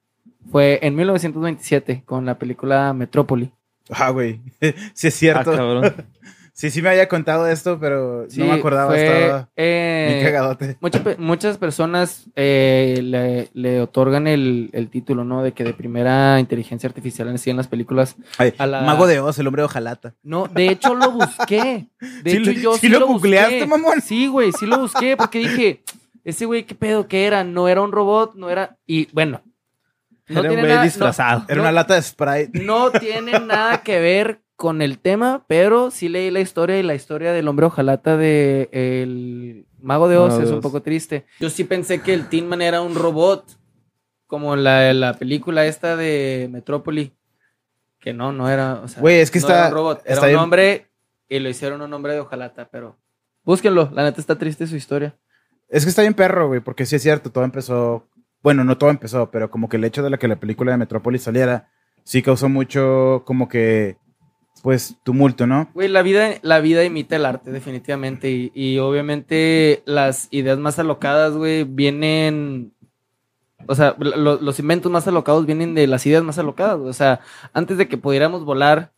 fue en 1927 con la película Metrópoli. Ah, güey. sí, es Ah, cierto. cabrón. sí, sí me había contado esto, pero Sí, no me acordaba. fue, Estaba eh, bien cagadote. mucha pe- muchas personas eh, le, le otorgan el, el título, ¿no? De que de primera inteligencia artificial en sí en las películas. Ay, a la- Mago de Oz, el hombre de hojalata. No, de hecho lo busqué. De Sí hecho lo- yo sí sí, lo lo, googleaste, busqué. mamón. Sí, güey, sí lo busqué porque dije, ese güey, ¿qué pedo que era? No era un robot, no era... Y bueno, Era no un tiene güey nada- no- disfrazado. Era no- una lata de Sprite. no tiene nada que ver con el tema, pero sí leí la historia y la historia del hombre ojalata de el mago de Oz Mago de es un Oz. poco triste. Yo sí pensé que el Tin Man era un robot, como la, la película esta de Metrópoli, que no, no era, o sea, Güey, es que no está- era un robot, era está un bien- hombre y lo hicieron un hombre de ojalata, pero búsquenlo, la neta está triste su historia. Es que está bien perro, güey, porque sí es cierto, todo empezó. Bueno, no todo empezó, pero como que el hecho de la que la película de Metrópolis saliera, sí causó mucho, como que, pues, tumulto, ¿no? Güey, la vida, la vida imita el arte, definitivamente. Y, y obviamente las ideas más alocadas, güey, vienen. O sea, lo- los inventos más alocados vienen de las ideas más alocadas. güey. O sea, antes de que pudiéramos volar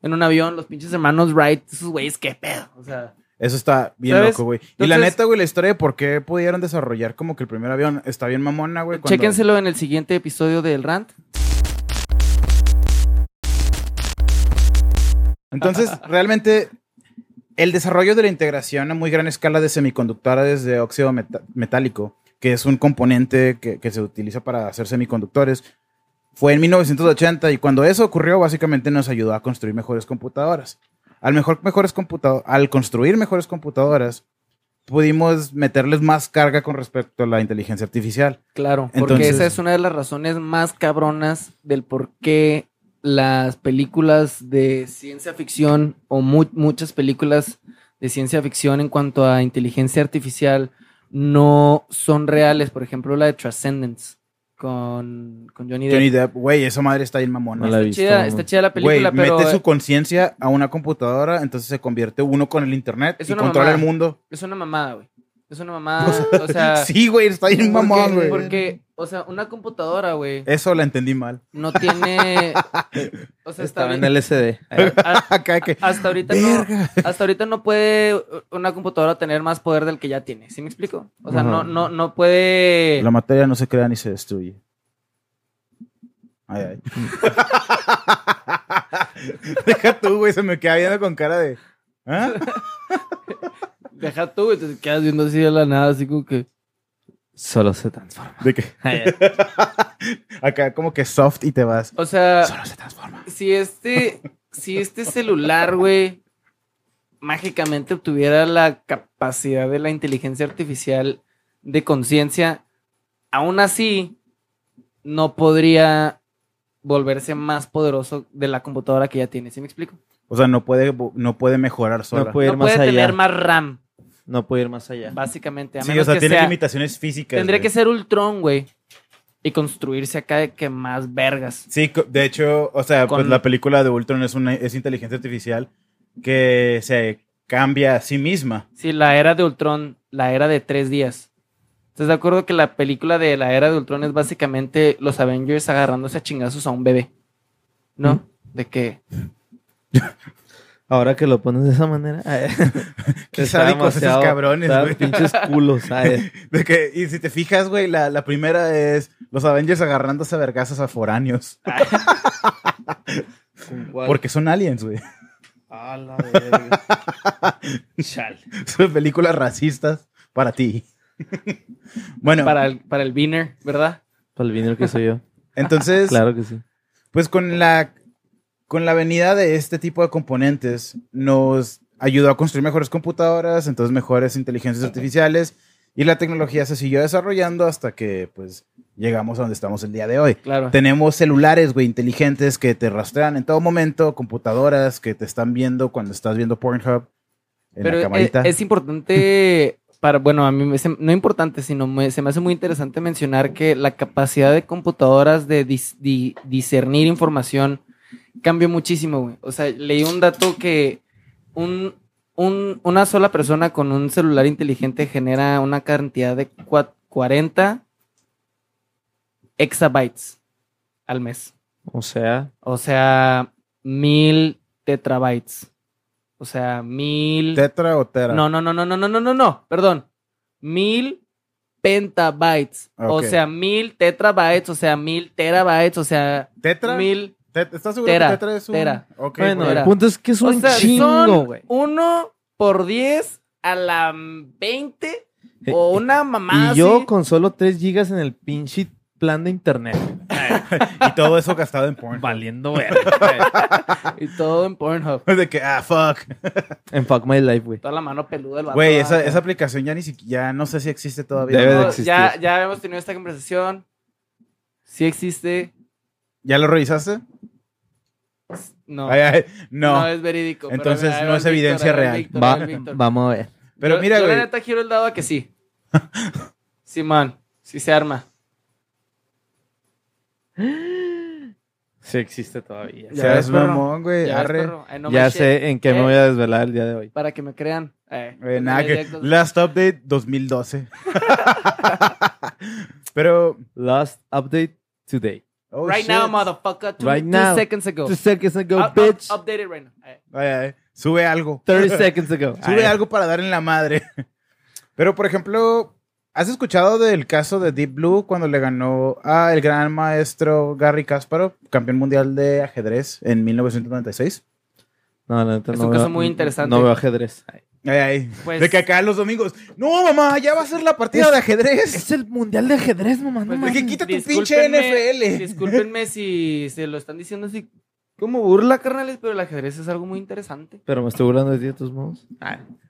en un avión, los pinches hermanos Wright, esos güeyes, qué pedo. O sea, Eso está bien ¿Sabes? loco, güey. y la Entonces- neta, güey, la historia de por qué pudieron desarrollar como que el primer avión está bien mamona, güey. cuando- chéquenselo en el siguiente episodio del Rant. Entonces, realmente, el desarrollo de la integración a muy gran escala de semiconductores de óxido meta- metálico, que es un componente que, que se utiliza para hacer semiconductores, fue en 1980 y cuando eso ocurrió, básicamente nos ayudó a construir mejores computadoras. Al, mejor, mejores computa- al construir mejores computadoras, pudimos meterles más carga con respecto a la inteligencia artificial. Claro, porque Entonces- esa es una de las razones más cabronas del por qué las películas de ciencia ficción o mu- muchas películas de ciencia ficción en cuanto a inteligencia artificial no son reales. Por ejemplo, la de Transcendence con, con Johnny Depp. Johnny Depp, güey, esa madre está bien mamona. No la he Está visto, chida, mamón. está chida la Güey, película, pero eh, mete su conciencia a una computadora, entonces se convierte uno con el internet Es y una controla el mamada. Ah. mundo. es una mamada, güey. Es una mamada, o sea... Sí, güey, está bien porque- mamón, güey. Porque, o sea, una computadora, güey, Eso la entendí mal. no tiene... O sea, está Estaba en bien- Ah, LSD. a- Acá que. Hasta ahorita, no, Verga. hasta ahorita no puede una computadora tener más poder del que ya tiene. ¿Sí me explico? O sea, no, Ajá. no, no puede. La materia no se crea ni se destruye. Ay, ay. Deja tú, güey, se me queda viendo con cara de. ¿Ah? Deja tú, güey, te quedas viendo así de la nada, así como que. Solo se transforma. De que acá como que soft y te vas. O sea, Solo se transforma. si este, si este celular, güey, mágicamente obtuviera la capacidad de la inteligencia artificial de conciencia, aún así no podría volverse más poderoso de la computadora que ya tiene. ¿Sí me explico? O sea, no puede, no puede mejorar sola. No puede ir no puede más tener allá. más RAM, No puede ir más allá. básicamente. A Sí, o menos sea, que tiene sea- limitaciones físicas. Tendría güey. que ser Ultron, güey. Y construirse acá de que más vergas. Sí, co- de hecho, o sea, pues Con- la película de Ultron es una es inteligencia artificial que se cambia a sí misma. Sí, la era de Ultron, la era de tres días. ¿Estás de acuerdo que la película de la era de Ultron es básicamente los Avengers agarrándose a chingazos a un bebé? ¿No? Mm. De que. Ahora que lo pones de esa manera. ay, Qué está sádicos esos demasiado- cabrones, está güey. pinches culos. eh. ay. De que, y si te fijas, güey, la, la primera es los Avengers agarrándose a vergazos a foráneos. Porque son aliens, güey. A la verga. Chale. Son películas racistas para ti. bueno, Para el, para el Beaner, ¿verdad? Para el vinil que soy yo. Entonces, Claro que sí. pues con la, con la venida de este tipo de componentes nos ayudó a construir mejores computadoras, entonces mejores inteligencias artificiales y la tecnología se siguió desarrollando hasta que pues llegamos a donde estamos el día de hoy. Claro. Tenemos celulares, güey, inteligentes que te rastrean en todo momento, computadoras que te están viendo cuando estás viendo Pornhub en Pero la e- camarita. es importante para, bueno, a mí me se- no importante, sino me- se me hace muy interesante mencionar que la capacidad de computadoras de dis- di- discernir información cambió muchísimo, güey. O sea, leí un dato que un, un- una sola persona con un celular inteligente genera una cantidad de cua- 40 exabytes al mes. O sea, O sea, mil tetrabytes. O sea, mil... ¿Tetra o tera? No, no, no, no, no, no, no, no, no. Perdón. Mil pentabytes. O Ok. sea, mil tetrabytes. O sea, mil terabytes. O sea, ¿Tetra? mil. Te- ¿Estás seguro Tera, que Tetra es un...? tera. Ok, bueno, güey. fuera. el punto es que es O un sea, chingo, son güey. uno por diez a la veinte. O una mamá. Eh, Y yo con solo 3 gigas en el pinche plan de internet. Y todo eso gastado en porn. Valiendo verga. Y todo en Pornhub. De que, ah, fuck. en Fuck My Life, güey. Toda la mano peluda del vato, Güey, ah, esa, acá. esa aplicación ya ni siquiera, ya no sé si existe todavía. Debe de No, No, existir. ya, ya hemos tenido esta conversación. Sí existe. ¿Ya lo revisaste? No. Ay, ay, no. No es verídico. pero Entonces, ahí va no el es Víctor, evidencia ahí va el real. Víctor, ahí va Va- el Víctor. vamos a ver. Pero Yo- mira, yo la güey. neta giro el dado a que sí. Simón, sí se arma. Sí existe todavía. Ya Seas ves, perro. mamón, güey. Ya ves, Arre. perro. Ay, no ya me shit. sé en qué Eh. me voy a desvelar el día de hoy. Para que me crean. Eh, Güey, nada que- directos. Last update 2012. Pero. Last update today. oh, right shit. now, motherfucker. Two, Right two now. seconds ago. Two seconds ago, Up- up- bitch. update it right now. Eh, Ay, ay, Sube algo. 30 seconds ago. Sube Ay. algo para dar en la madre. Pero, por ejemplo, ¿has escuchado del caso de Deep Blue cuando le ganó a el gran maestro Gary Kasparov, campeón mundial de ajedrez en 1996? No, la neta, Es no un veo- caso muy interesante. No veo ajedrez. Ay. Ay, ay. Pues- de que acá los domingos. No, mamá, ya va a ser la partida de ajedrez. el mundial de ajedrez, mamá. pues, mames. que quita tu discúlpenme- pinche NFL. Discúlpenme si se lo están diciendo así como burla, carnales, pero el ajedrez es algo muy interesante. Pero me estoy burlando de ti de tus modos.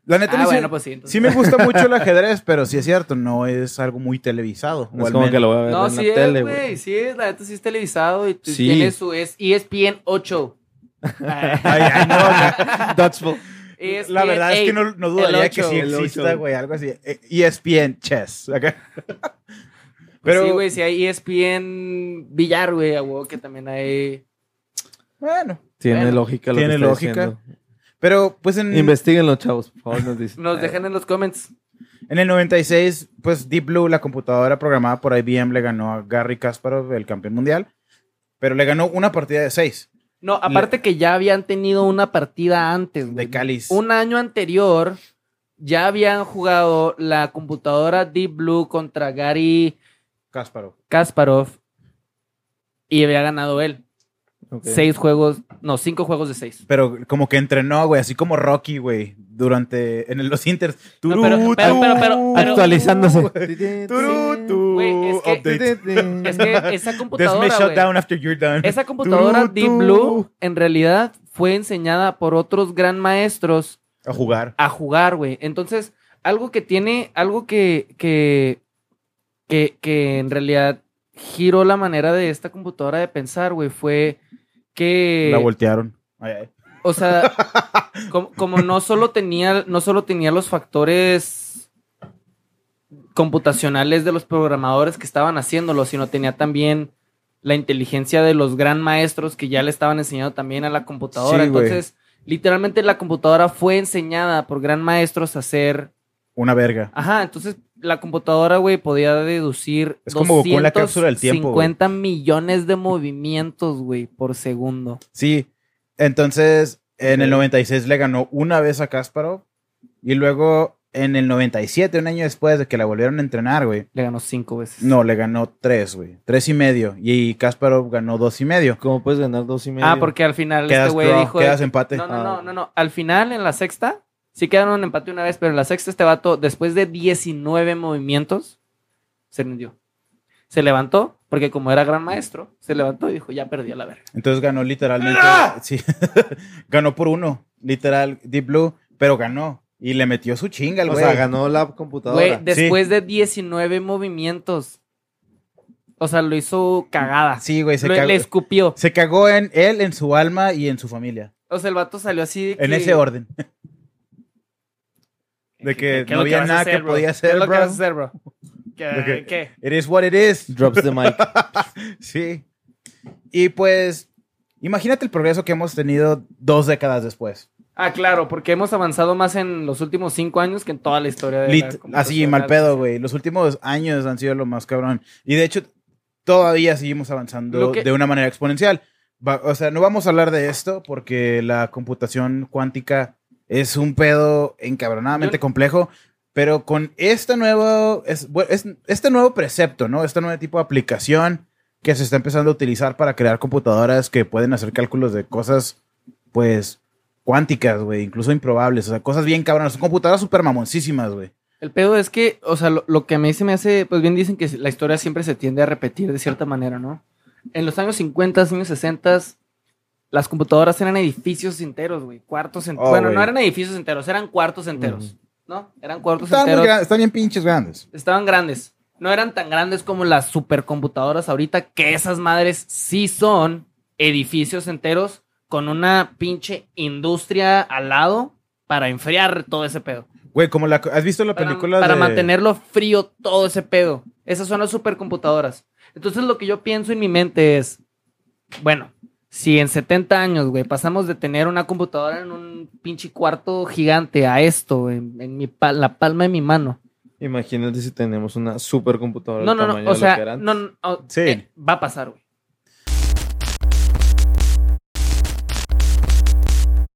La neta, Ah, no sé- bueno, pues sí. entonces- sí me gusta mucho el ajedrez, pero sí es cierto, no es algo muy televisado. No o es al como que menos- lo voy a ver No, en la sí tele, es, güey. güey. Sí es, la neta sí es televisado y t- Sí. tiene su es E ESPN 8. Eh, Ay, ay, no, la- Dodgeball. ESPN la verdad es que 8. no, no dudaría el que ocho. sí El ocho. exista, güey, algo así. Eh, ESPN Chess. acá. Pero, Pues Sí, güey, si hay E ESPN Villar, güey, a huevo que también hay. bueno. Tiene Bueno, lógica lo tiene que está lógica. diciendo. Pero pues en, Investíguenlo, chavos, por favor, nos dicen. Nos dejan en los comments. en el 96, pues Deep Blue, la computadora programada por IBM, le ganó a Gary Kasparov, el campeón mundial. Pero le ganó una partida de seis, No, aparte que ya habían tenido una partida antes, güey. de Cáliz. Un año anterior ya habían jugado la computadora Deep Blue contra Gary Kasparov. Kasparov y había ganado él. Ok. Seis juegos, no, cinco juegos de seis. Pero como que entrenó, güey, así como Rocky, güey, durante en el- los Inters. No, pero- Turú, pero- pero- turú, pero- pero- Actualizándose. turú, turú, Güey, es que- update. Es que esa This may computadora, shut güey, down after you're done. esa computadora Turú, Deep turú. Blue en realidad fue enseñada por otros gran maestros A jugar. a jugar, güey. Entonces, algo que tiene, algo que, que, que, que en realidad giró la manera de esta computadora de pensar, güey, fue que... La voltearon. Ay, ay. O sea, como, como no solo tenía, no solo tenía los factores computacionales de los programadores que estaban haciéndolo, sino tenía también la inteligencia de los gran maestros que ya le estaban enseñando también a la computadora. Sí, güey. Entonces, literalmente la computadora fue enseñada por gran maestros a hacer. Una verga. Ajá, entonces la computadora, güey, podía deducir Es como Goku en la cápsula del tiempo, güey. 250 millones de movimientos, güey, por segundo. Sí. Entonces, en el 96 le ganó una vez a Kasparov. Y luego, en el 97, un año después de que la volvieron a entrenar, güey. Le ganó cinco veces. No, le ganó tres, güey. Tres y medio. Y Kasparov ganó dos y medio. ¿Cómo puedes ganar dos y medio? Ah, porque al final Quedas este güey draw, dijo. quedas empate. No, Ah. no, no, no, no. Al final, en la sexta, sí quedaron en empate una vez, pero en la sexta, este vato, después de 19 movimientos, se rindió. se levantó, porque como era gran maestro, se levantó y dijo, ya perdí a la verga. Entonces ganó literalmente. ¡Ah! Sí. ganó por uno. Literal, Deep Blue, pero ganó. Y le metió su chinga al O güey. sea, ganó la computadora. Güey, después de 19 movimientos. O sea, lo hizo cagada. Sí, güey, se Lo- cagó. le escupió. Se cagó en él, en su alma y en su familia. O sea, el vato salió así. de En que- ese orden. De ¿Qué que es no lo había vas a nada hacer, que bro? podía ¿Qué hacer, es lo que bro. vas a hacer, bro? De ¿Qué? que- ¿Qué? It is what it is. Drops the mic. Sí. Y pues, imagínate el progreso que hemos tenido dos décadas después. Ah, claro, porque hemos avanzado más en los últimos cinco años que en toda la historia de la Lit- computación. así, mal pedo, güey. Los últimos años han sido lo más cabrón. Y de hecho, todavía seguimos avanzando Lo que- de una manera exponencial. Va- o sea, no vamos a hablar de esto porque la computación cuántica es un pedo encabronadamente Yo- complejo. Pero con este nuevo, es, bu- es- este nuevo precepto, ¿no? Este nuevo tipo de aplicación que se está empezando a utilizar para crear computadoras que pueden hacer cálculos de cosas, pues, cuánticas, güey. Incluso improbables. O sea, cosas bien cabronas. Son computadoras súper mamoncísimas, güey. El pedo es que, o sea, lo, lo que a mí se me hace, pues bien dicen que la historia siempre se tiende a repetir de cierta manera, ¿no? En los años 50, años 60, las computadoras eran edificios enteros, güey. Cuartos enteros. Oh, bueno, güey. no eran edificios enteros, eran cuartos enteros, ¿no? Eran cuartos Están, muy enteros. gran- están bien pinches grandes. Estaban grandes. No eran tan grandes como las supercomputadoras ahorita, que esas madres sí son edificios enteros con una pinche industria al lado para enfriar todo ese pedo. Güey, como la, ¿has visto la Para, película para de- mantenerlo frío todo ese pedo. Esas son las supercomputadoras. Entonces lo que yo pienso en mi mente es, bueno, si en 70 años, güey, pasamos de tener una computadora en un pinche cuarto gigante a esto, en, en mi pa- la palma de mi mano, Imagínate si tenemos una supercomputadora. no, del no, tamaño de no. O lo que era sea, antes. no, no, o- Sí. eh, va a pasar, güey.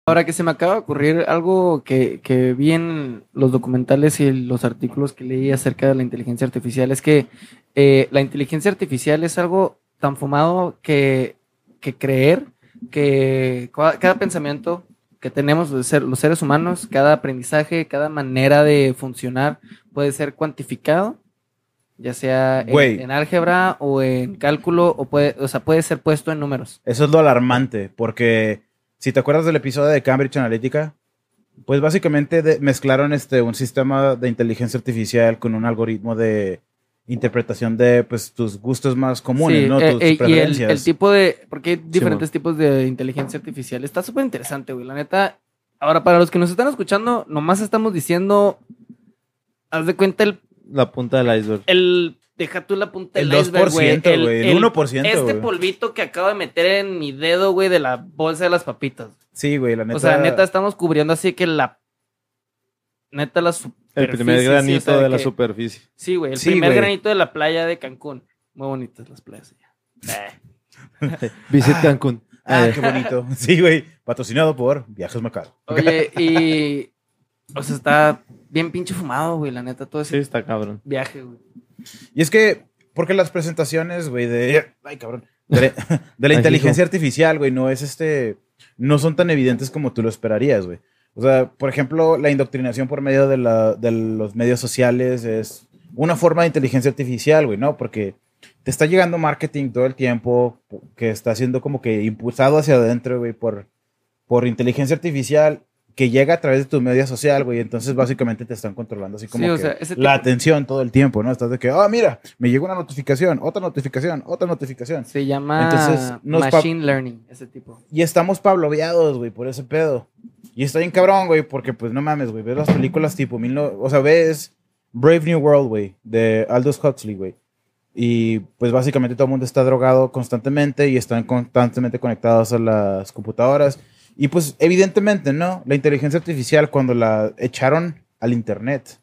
Ahora que se me acaba de ocurrir algo que, que vi en los documentales y los artículos que leí acerca de la inteligencia artificial, es que eh, la inteligencia artificial es algo tan fumado que, que creer que cua- cada pensamiento que tenemos los ser- los seres humanos, cada aprendizaje, cada manera de funcionar puede ser cuantificado, ya sea en, Güey. en álgebra o en cálculo, o, puede, o sea, puede ser puesto en números. Eso es lo alarmante, porque si te acuerdas del episodio de Cambridge Analytica, pues básicamente de- mezclaron este, un sistema de inteligencia artificial con un algoritmo de interpretación de pues, tus gustos más comunes, Sí, ¿no? eh, tus eh, y el- el, preferencias. tipo de. Porque hay diferentes tipos de inteligencia artificial. Está súper interesante, güey. La neta. Ahora, para los que nos están escuchando, nomás estamos diciendo. Haz de cuenta el. La punta del iceberg. el deja tú la punta El del iceberg, güey. 2%, güey, el 1%, Este güey. polvito que acabo de meter en mi dedo, güey, de la bolsa de las papitas. sí, güey, la neta. o sea, neta, estamos cubriendo así que la. Neta, la. El primer superficie, o granito sea, de la que- superficie. Sí, güey. El Sí, primer güey. granito de la playa de Cancún. Muy bonitas las playas allá. Eh. Visit Cancún. Ah, Eh, qué bonito. Sí, güey. Patrocinado por Viajes Macabro. Oye, y. O sea, está bien pinche fumado, güey, la neta, todo sí, ese está cabrón. viaje, güey. Y es que, porque las presentaciones, güey, de. Ay, cabrón. De, de la Ay, inteligencia artificial, güey, no es este. No son tan evidentes como tú lo esperarías, güey. O sea, por ejemplo, la indoctrinación por medio de, la- de los medios sociales es una forma de inteligencia artificial, güey, ¿no? Porque te está llegando marketing todo el tiempo que está siendo como que impulsado hacia adentro, güey, por, por inteligencia artificial que llega a través de tu media social, güey. Entonces, básicamente te están controlando así como Sí, o que sea, ese la tipo- atención todo el tiempo, ¿no? Estás de que, ah, mira, me llegó una notificación, otra notificación, otra notificación. Se llama Entonces, nos pa- Machine Learning, ese tipo. Y estamos pabloveados, güey, por ese pedo. Y está bien cabrón, güey, porque pues no mames, güey, ves las películas tipo, mil no- o sea, ves Brave New World, güey, de Aldous Huxley, güey. Y pues básicamente todo el mundo está drogado constantemente y están constantemente conectados a las computadoras. Y pues evidentemente, ¿no? La inteligencia artificial cuando la echaron al internet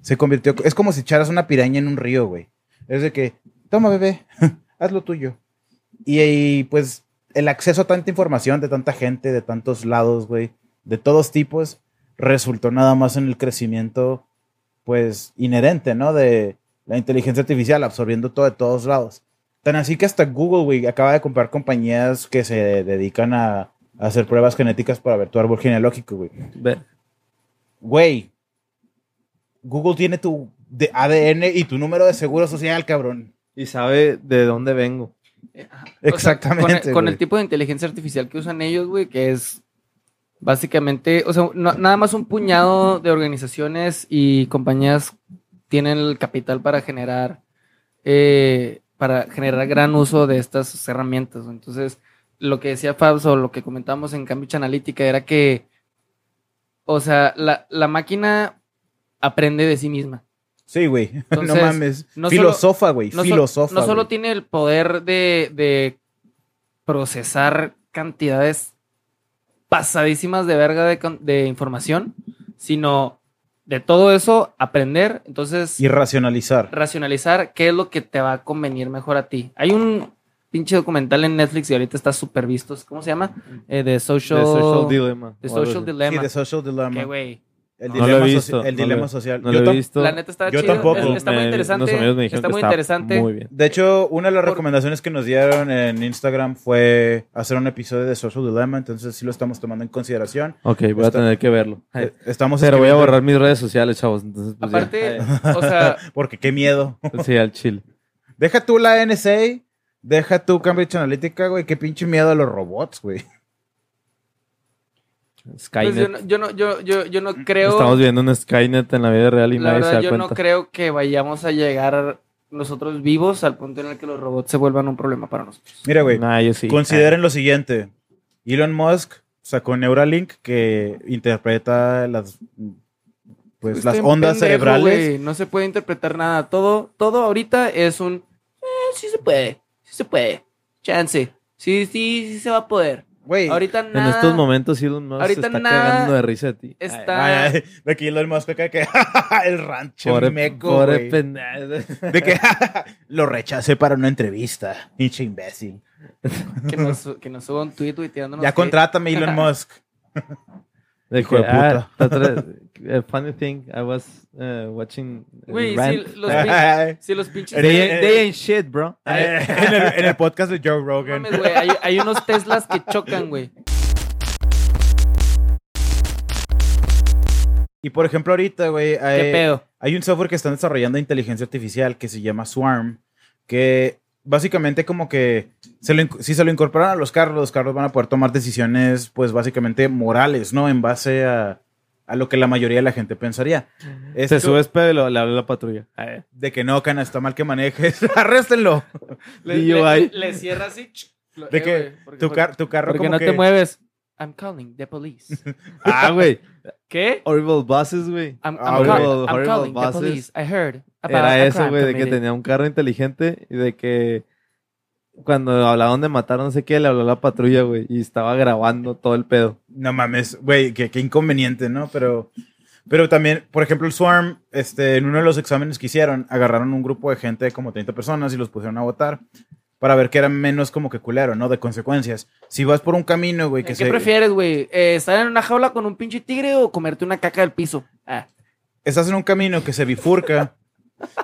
se convirtió... Es como si echaras una piraña en un río, güey. Es de que, toma bebé, haz lo tuyo. Y, y, pues el acceso a tanta información de tanta gente, de tantos lados, güey, de todos tipos, resultó nada más en el crecimiento, pues, inherente, ¿no? De la inteligencia artificial absorbiendo todo de todos lados. Tan así que hasta Google, güey, acaba de comprar compañías que se dedican a, a hacer pruebas genéticas para ver tu árbol genealógico, güey. Ve, Güey, Google tiene tu de- ADN y tu número de seguro social, cabrón. Y sabe de dónde vengo. Exactamente. Con el, con el güey. tipo de inteligencia artificial que usan ellos, güey, que es básicamente, o sea, no- nada más un puñado de organizaciones y compañías tienen el capital para generar, eh, para generar gran uso de estas herramientas. güey. Entonces, lo que decía Fabs o lo que comentamos en Cambridge Analytica era que, o sea, la, la máquina aprende de sí misma. Sí, güey. No Entonces, mames. no solo- filosofa, güey. No, so- filosofa. no solo güey. tiene el poder de, de procesar cantidades pasadísimas de verga de, con- de información, sino de todo eso aprender, entonces Y racionalizar. racionalizar qué es lo que te va a convenir mejor a ti. Hay un pinche documental en Netflix y ahorita está súper visto, ¿cómo se llama? Eh, de Social, The Social Dilemma. The o algo Social así. Sí, Dilemma. The Social Dilemma. Que, güey, El No dilema, lo he soci- visto, el no dilema lo he- social. Yo No lo he tam- visto. la neta está Yo chido, tampoco. es- está muy Me- interesante. unos amigos me dijeron está que muy estaba interesante. Muy bien. De hecho, una de las Por- recomendaciones que nos dieron en Instagram fue hacer un episodio de Social Dilemma, entonces sí lo estamos tomando en consideración. Ok, voy Está- a tener que verlo. Eh, Estamos Pero voy a escribiendo- borrar mis redes sociales, chavos. Entonces, pues, ya. Aparte, o sea, Porque qué miedo. Sí, al chile. Deja tú la NSA, deja tú Cambridge Analytica, güey. Qué pinche miedo a los robots, güey. pues yo Skynet. Mm, no, yo, no, yo, yo, yo no creo... Estamos viendo un Skynet en la vida real y La nadie se verdad, da yo cuenta. no creo que vayamos a llegar nosotros vivos al punto en el que los robots se vuelvan un problema para nosotros. Mira, güey. Nah, yo sí. Consideren lo siguiente. Elon Musk sacó Neuralink que interpreta las pues las Estoy ondas pendejo, cerebrales. güey, No se puede interpretar nada. Todo, todo ahorita es un. "Eh, sí se puede. Sí se puede. Chance. Sí, sí, sí se va a poder. Güey. Ahorita Ah, nada. En estos momentos Elon Musk se Ahorita está nada cagando de risa de ti. Está. Ay, ay, de que Elon Musk acá que el rancho Pobre, meco, pobre güey. pendejo. De que lo rechacé para una entrevista. Pinche imbécil. Que nos, su- que nos suba un tweet y tirándonos. Ya hate. contrátame, Elon Musk. De Hijo que, de puta. ah, la otra- eh, funny thing, I was eh, watching eh, Güey, Rant. sí, los, pin- Ay, sí, los pinches. Eres- They, ain't- they ain't shit, bro. en, el, en el podcast de Joe No Rogan. mames, güey, Hay, hay unos Teslas que chocan, güey. Y por ejemplo, ahorita, güey, Eh, ¿Qué hay, pedo? hay un software que están desarrollando de inteligencia artificial que se llama Swarm, que básicamente como que se lo inc- si se lo incorporan a los carros, los carros van a poder tomar decisiones, pues básicamente morales, ¿no? En base a, a lo que la mayoría de la gente pensaría. Se Esto- sube este y lo- le habla la patrulla. Ah, De que no, cana, está mal que manejes. Arréstenlo. Le, DUI. le- le cierra así. ch- lo- De eh, que güey, porque Tu, fue- car- tu carro Porque como no que... te mueves. I'm calling the police. Ah, güey. ¿Qué? Horrible buses, güey. I'm, I'm Ah, call- horrible, I'm horrible calling the buses. police. I heard about Era a eso, crime güey, de que committed. tenía un carro inteligente y de que cuando hablaban de matar no sé qué, le habló la patrulla, güey, y estaba grabando todo el pedo. No mames, güey, qué, qué inconveniente, ¿no? Pero, pero también, por ejemplo, el Swarm, este, en uno de los exámenes que hicieron, agarraron un grupo de gente de como 30 personas y los pusieron a votar para ver que era menos como que culero, ¿no? De consecuencias. Si vas por un camino, güey, que ¿Qué se... prefieres, güey? Eh, ¿Estar en una jaula con un pinche tigre o comerte una caca del piso? Ah, Estás en un camino que se bifurca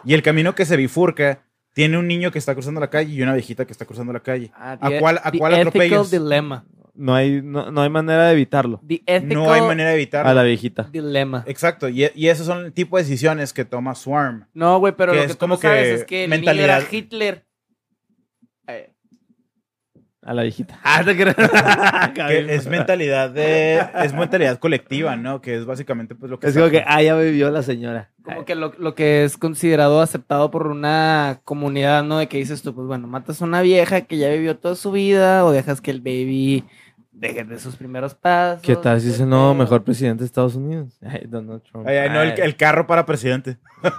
y el camino que se bifurca tiene un niño que está cruzando la calle y una viejita que está cruzando la calle. ah, ¿A cuál- a the cuál ethical atropellas? dilemma. No hay, no, no hay manera de evitarlo The ethical No hay manera Eh, de evitarlo. a la viejita. dilemma. Exacto, y, y esos son el tipo de decisiones que toma Swarm. No, güey, pero Que lo es que tú como no sabes que es que el mentalidad. niño era Hitler. Eh, A la viejita. Ah, te creas. Que es mentalidad de es mentalidad colectiva, ¿no? Que es básicamente pues lo que Es como que, ah, ya vivió la señora. Como que lo, lo que es considerado aceptado por una comunidad, ¿no? De que dices tú, pues bueno, matas a una vieja que ya vivió toda su vida o dejas que el baby deje de sus primeros pasos. ¿Qué tal si Ese dice, no, pedo. mejor presidente de Estados Unidos? Ay, Donald Trump. este Ay, ay, no, el, Ah. Ay. el carro para presidente.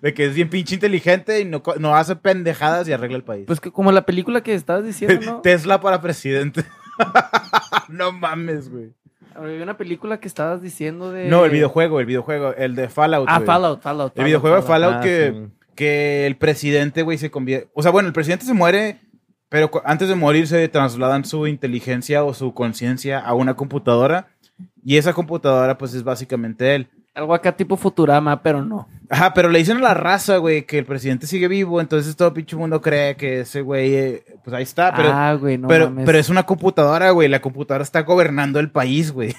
de que es bien pinche inteligente y no, co- no hace pendejadas y arregla el país. Pues que como la película que estabas diciendo, ¿no? Tesla para presidente. no mames, güey. Había una película que estabas diciendo de... No, el videojuego, el videojuego, el de Fallout. Ah, güey. Fallout, Fallout. El videojuego de Fallout Ah, que, sí. que el presidente, güey, se convierte. O sea, bueno, el presidente se muere, pero cu- antes de morir se trasladan su inteligencia o su conciencia a una computadora. Y esa computadora, pues, es básicamente él. Algo acá tipo Futurama, pero no. Ajá, pero le dicen a la raza, güey, que el presidente sigue vivo, entonces todo pinche mundo cree que ese güey, eh, pues ahí está, pero, ah, güey, no pero, mames. pero es una computadora, güey, la computadora está gobernando el país, güey.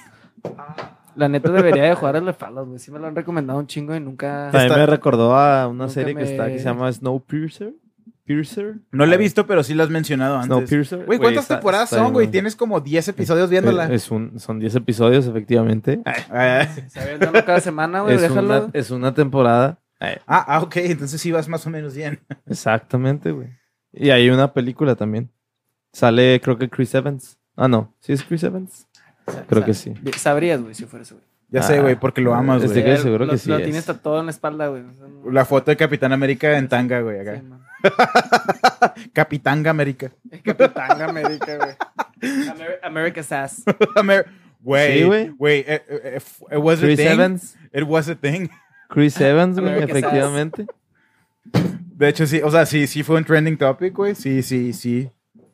La neta debería de jugar al de Fallout, güey. Sí me lo han recomendado un chingo y nunca... También Está- me recordó a una Nunca serie que está que me- se llama Snowpiercer. Piercer. No la he visto, pero sí la has mencionado antes. Snowpiercer. Güey, ¿cuántas está- temporadas está bien, son, güey? Tienes como 10 episodios viéndola. Es un, son 10 episodios, efectivamente. Ah, Se avientan cada semana, güey, es, una, déjalo. es una temporada. ah, ok, entonces sí vas más o menos bien. Exactamente, güey. Y hay una película también. Sale, creo que Chris Evans. Ah, no. ¿Sí es Chris Evans? Creo que sí. Sabrías, güey, si fuera eso, güey. Ya sé, Ah, güey, porque lo amas, es güey. de que seguro lo, que sí Lo es. tienes tatuado en la espalda, güey. o sea, no- La foto de Capitán América en tanga, güey. sí, Acá. man. Capitanga América. Es Capitán América, güey. Amer- America's ass. Amer- Güey, Sí, güey. güey, eh, eh, eh, f- it was a Chris thing. Ah, Evans. It was a thing. Chris Evans, güey, America's ass. efectivamente. De hecho, sí, o sea, sí, sí fue un trending topic, güey. Sí, sí, sí.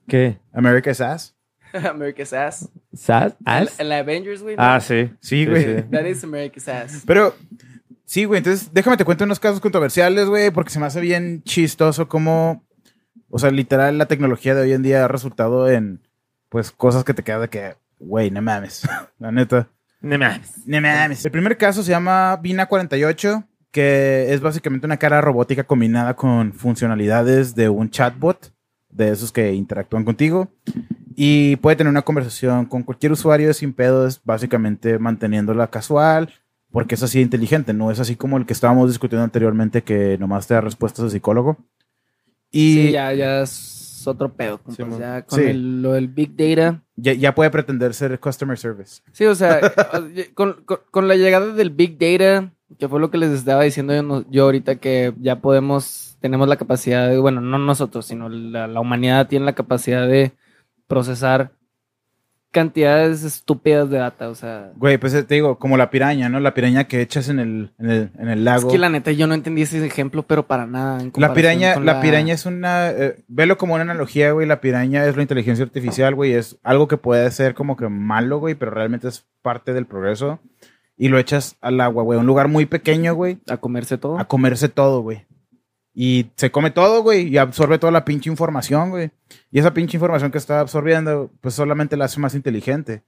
¿Qué? America's Ass. America's ass. ¿Sas? El, ¿As? el Avengers, güey. Ah, sí. Sí, güey. That is America's ass. Pero, sí, güey, entonces déjame te cuento unos casos controversiales, güey, porque se me hace bien chistoso cómo, o sea, literal, la tecnología de hoy en día ha resultado en, pues, cosas que te quedas de que, güey, no mames, la neta. No mames. No mames. El primer caso se llama Vina 48, que es básicamente una cara robótica combinada con funcionalidades de un chatbot, de esos que interactúan contigo. Y puede tener una conversación con cualquier usuario sin pedos, básicamente manteniéndola casual, porque es así de inteligente, no es así como el que estábamos discutiendo anteriormente, que nomás te da respuestas de psicólogo. Y Sí, ya, ya es otro pedo, compas. Sí, man. ya con Sí. el- lo del Big Data. ya- ya puede pretender ser customer service. Sí, o sea, o- con, con- con la llegada del Big Data, que fue lo que les estaba diciendo yo, no- yo ahorita, que ya podemos, tenemos la capacidad de, bueno, no nosotros, sino la, la humanidad tiene la capacidad de procesar cantidades estúpidas de data, o sea... Güey, pues eh, te digo, como la piraña, ¿no? La piraña que echas en el, en el, en el Es lago. que la neta yo no entendí ese ejemplo, pero para nada. en La comparación piraña, con la... piraña es una. eh, velo como una analogía, güey. La piraña es la inteligencia artificial, güey. Es algo que puede ser como que malo, güey, pero realmente es parte del progreso. Y lo echas al agua, güey. a Un lugar muy pequeño, güey. A comerse todo. A comerse todo, güey. Y se come todo, güey. Y absorbe toda la pinche información, güey. Y esa pinche información que está absorbiendo, pues solamente la hace más inteligente.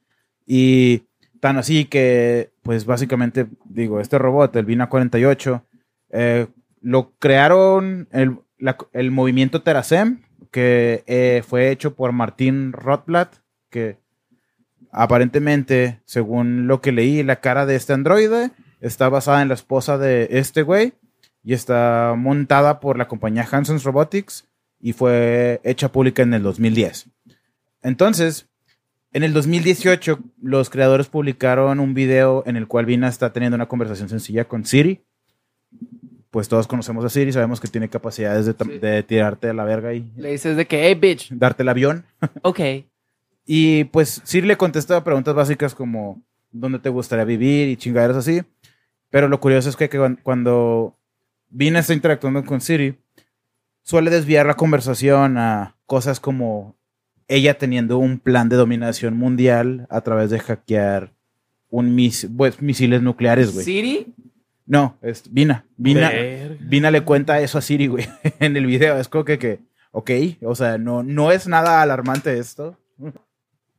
Y tan así que, pues básicamente, digo, este robot, el Vina 48, eh, lo crearon el, la- el movimiento Terasem, que eh, fue hecho por Martín Rothblatt, que aparentemente, según lo que leí, la cara de este androide está basada en la esposa de este güey y está montada por la compañía Hanson's Robotics y fue hecha pública en el 2010. Entonces, en el 2018, los creadores publicaron un video en el cual Vina está teniendo una conversación sencilla con Siri. Pues todos conocemos a Siri, sabemos que tiene capacidades de, tam- Sí. de tirarte a la verga y Le dices de que, hey, bitch, darte el avión. ok. Y pues Siri le contesta preguntas básicas como dónde te gustaría vivir y chingaderas así. Pero lo curioso es que, que cuan- cuando Vina está interactuando con Siri, suele desviar la conversación a cosas como ella teniendo un plan de dominación mundial a través de hackear un mis pues, misiles nucleares, güey. Siri, No, es Vina. Vina, Verga. Vina le cuenta eso a Siri, güey, en el video. Es como que, que ok, o sea, no, no es nada alarmante esto.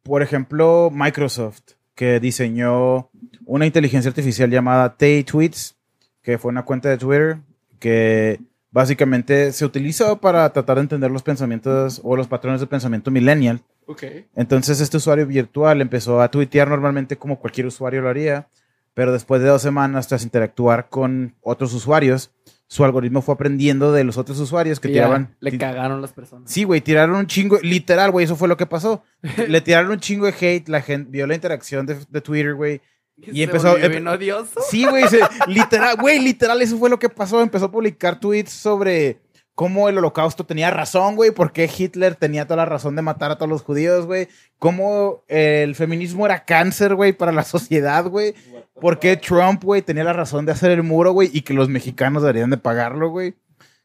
Por ejemplo, Microsoft, que diseñó una inteligencia artificial llamada Tay Tweets, que fue una cuenta de Twitter que básicamente se utilizó para tratar de entender los pensamientos o los patrones de pensamiento millennial. ok. Entonces este usuario virtual empezó a tuitear normalmente como cualquier usuario lo haría, pero después de dos semanas tras interactuar con otros usuarios, su algoritmo fue aprendiendo de los otros usuarios que Y ya tiraban. Le ti- cagaron las personas. Sí, güey, tiraron un chingo, literal, güey, eso fue lo que pasó. Le tiraron un chingo de hate, la gente vio la interacción de, de Twitter, güey. Y Se empezó- em- volvió empe- bien odioso. Sí, güey, se- literal, güey, literal, eso fue lo que pasó. Empezó a publicar tweets sobre cómo el holocausto tenía razón, güey, por qué Hitler tenía toda la razón de matar a todos los judíos, güey, cómo eh, el feminismo era cáncer, güey, para la sociedad, güey, por qué Trump, güey, tenía la razón de hacer el muro, güey, y que los mexicanos deberían de pagarlo, güey.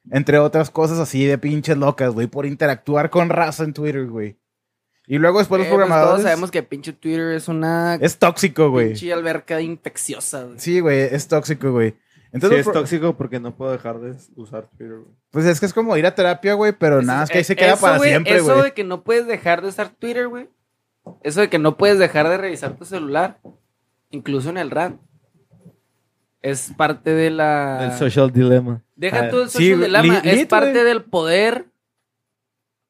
Entre otras cosas así de pinches locas, güey, por interactuar con raza en Twitter, güey. Y luego después los Eh, pues, programadores... todos sabemos que pinche Twitter es una Es tóxico, güey. pinche alberca infecciosa. güey. Sí, güey, es tóxico, güey. Sí, Entonces, es los pro- tóxico porque no puedo dejar de usar Twitter, güey. Pues es que es como ir a terapia, güey, pero nada, es que ahí se queda e Eso, para güey, siempre, Eso güey. de que no puedes dejar de usar Twitter, güey. Eso de que no puedes dejar de revisar tu celular, incluso en el RAM. Es parte de la... El social dilemma. Deja Ah, tú el sí, social güey, dilemma, li- es lit, parte güey. del poder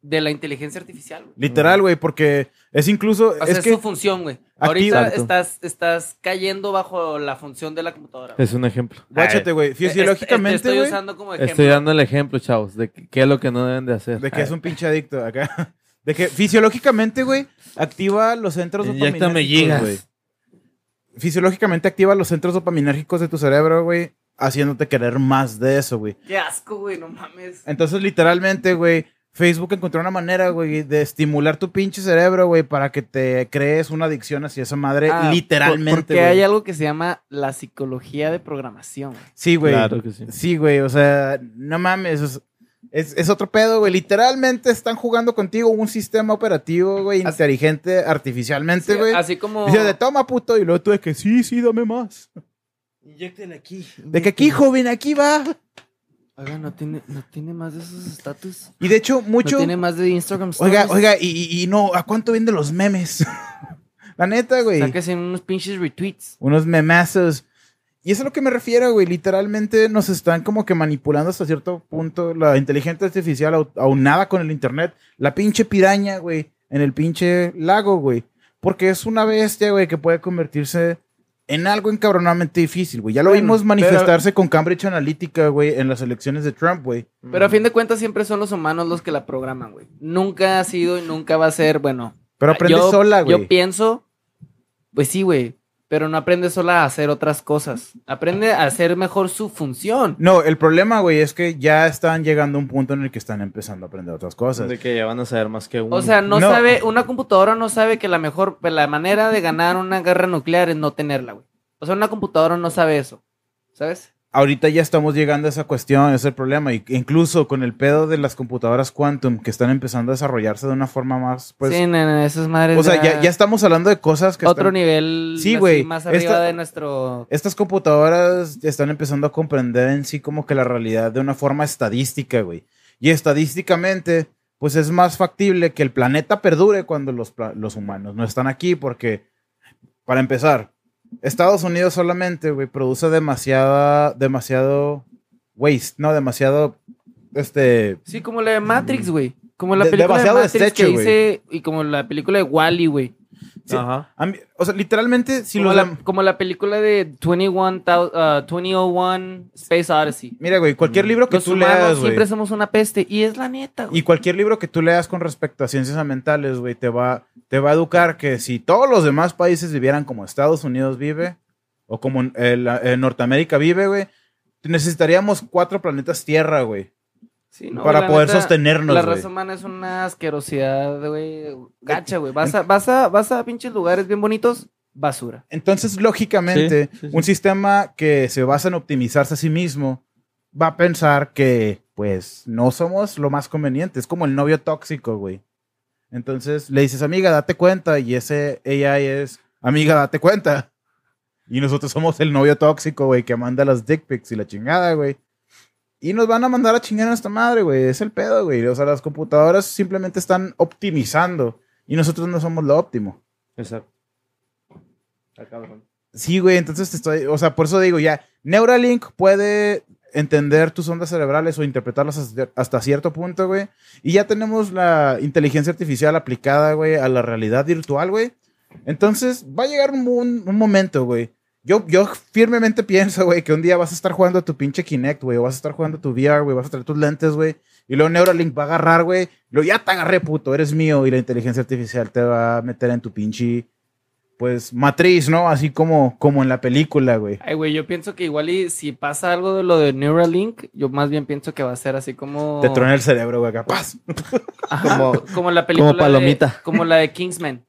de la inteligencia artificial. güey. Literal, güey, porque es incluso. O sea, es es, que su función, güey. Ahorita Exacto. estás, estás cayendo bajo la función de la computadora. güey. Es un ejemplo. Guáchate, güey. Es- es- te Fisiológicamente, este, estoy güey. usando como ejemplo. Estoy dando el ejemplo, chavos, de que- qué es lo que no deben de hacer. De que es un pinche adicto acá. De que fisiológicamente, güey, activa los centros Inyectame dopaminérgicos, gigas. güey. Fisiológicamente activa los centros dopaminérgicos de tu cerebro, güey, haciéndote querer más de eso, güey. Qué asco, güey, no mames. Entonces, literalmente, güey, Facebook encontró una manera, güey, de estimular tu pinche cerebro, güey, para que te crees una adicción hacia esa madre, Ah, literalmente, Porque güey. hay algo que se llama la psicología de programación. güey. Sí, güey. Claro que sí. Sí, güey, o sea, no mames. Es, es, es otro pedo, güey. Literalmente están jugando contigo un sistema operativo, güey, Así- inteligente artificialmente, Este güey. Así como. Dice de toma, puto, y luego tú de que sí, sí, dame más. Inyecten aquí. De que aquí, joven, aquí va. Oiga, no tiene, no tiene más de esos estatus. Y de hecho, mucho. No tiene más de Instagram oiga, stories. oiga, y, y- y no, ¿a cuánto venden los memes? La neta, güey. Sáquese unos pinches retweets. Unos memazos. Y eso es a lo que me refiero, güey. Literalmente nos están como que manipulando hasta cierto punto la inteligencia artificial au- aunada con el internet. La pinche piraña, güey, en el pinche lago, güey. Porque es una bestia, güey, que puede convertirse en algo encabronadamente difícil, güey. Ya lo Bueno, vimos pero- manifestarse con Cambridge Analytica, güey, en las elecciones de Trump, güey. Pero a fin de cuentas siempre son los humanos los que la programan, güey. Nunca ha sido y nunca va a ser, bueno. Pero aprende yo- sola, güey. Yo pienso, pues sí, güey. Pero no aprende sola a hacer otras cosas. Aprende a hacer mejor su función. No, el problema, güey, es que ya están llegando a un punto en el que están empezando a aprender otras cosas. De que ya van a saber más que uno. O sea, no, Mm, No. sabe, una computadora no sabe que la mejor, la manera de ganar una guerra nuclear es no tenerla, güey. O sea, una computadora no sabe eso, ¿sabes? ahorita ya estamos llegando a esa cuestión, ese problema, y incluso con el pedo de las computadoras quantum que están empezando a desarrollarse de una forma más, pues, sí, no, no, esas madres. o sea, ya, ya estamos hablando de cosas que otro están- nivel Sí, así, güey, más arriba esta- de nuestro. estas computadoras ya están empezando a comprender en sí como que la realidad de una forma estadística, güey. Y estadísticamente, pues es más factible que el planeta perdure cuando los, pla- los humanos no están aquí, porque, para empezar, Estados Unidos solamente, güey, produce demasiada, demasiado waste, no, demasiado, este, Sí, como la de Matrix, güey. Como la De- película de demasiado Matrix que desecho, güey. hice y como la película de Wally, güey. sí. Ajá. A mí- o sea, literalmente, si como, lo la, como la película de 21, ah, 2001 Space Odyssey. Mira, güey, cualquier libro que Mm. Los tú humanos leas, güey, siempre somos una peste y es la neta, güey. y cualquier libro que tú leas con respecto a ciencias ambientales, güey, te va, te va a educar que si todos los demás países vivieran como Estados Unidos vive, o como eh, la- eh, Norteamérica vive, güey, necesitaríamos cuatro planetas Tierra, güey, Sí, no, para la poder neta, La sostenernos, güey. raza humana es una asquerosidad, güey. Gacha, güey. Vas a, vas, a, vas a pinches lugares bien bonitos, basura. Entonces, lógicamente, Sí, sí, sí. un sistema que se basa en optimizarse a sí mismo va a pensar que, pues, no somos lo más conveniente. Es como el novio tóxico, güey. Entonces le dices, amiga, date cuenta. Y ese AI es, amiga, date cuenta. Y nosotros somos el novio tóxico, güey, que manda las dick pics y la chingada, güey. Y nos van a mandar a chingar a nuestra madre, güey. Es el pedo, güey. O sea, las computadoras simplemente están optimizando. Y nosotros no somos lo óptimo. Exacto. Ah, Está cabrón. Sí, güey, entonces te estoy, o sea, por eso digo ya, Neuralink puede entender tus ondas cerebrales o interpretarlas hasta- hasta cierto punto, güey. Y ya tenemos la inteligencia artificial aplicada, güey, a la realidad virtual, güey. Entonces va a llegar un, mo- un- un momento, güey. Yo, yo firmemente pienso, güey, que un día vas a estar jugando a tu pinche Kinect, güey, o vas a estar jugando a tu VR, güey, vas a traer tus lentes, güey. Y luego Neuralink va a agarrar, güey. Lo ya te agarré, puto, eres mío. Y la inteligencia artificial te va a meter en tu pinche pues matriz, ¿no? Así como, como en la película, güey. Ay, güey, yo pienso que igual y si pasa algo de lo de Neuralink, yo más bien pienso que va a ser así como... Te trona el cerebro, güey, capaz. Ajá, Como- como la película de- palomita. como la de Kingsman.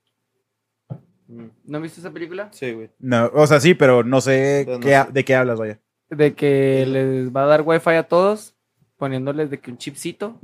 Mm, ¿No han visto esa película? Sí, güey. No, o sea, sí, pero no sé, Pero no qué ha- sé. de qué hablas, vaya. De que les va a dar wifi a todos, poniéndoles de que un chipcito.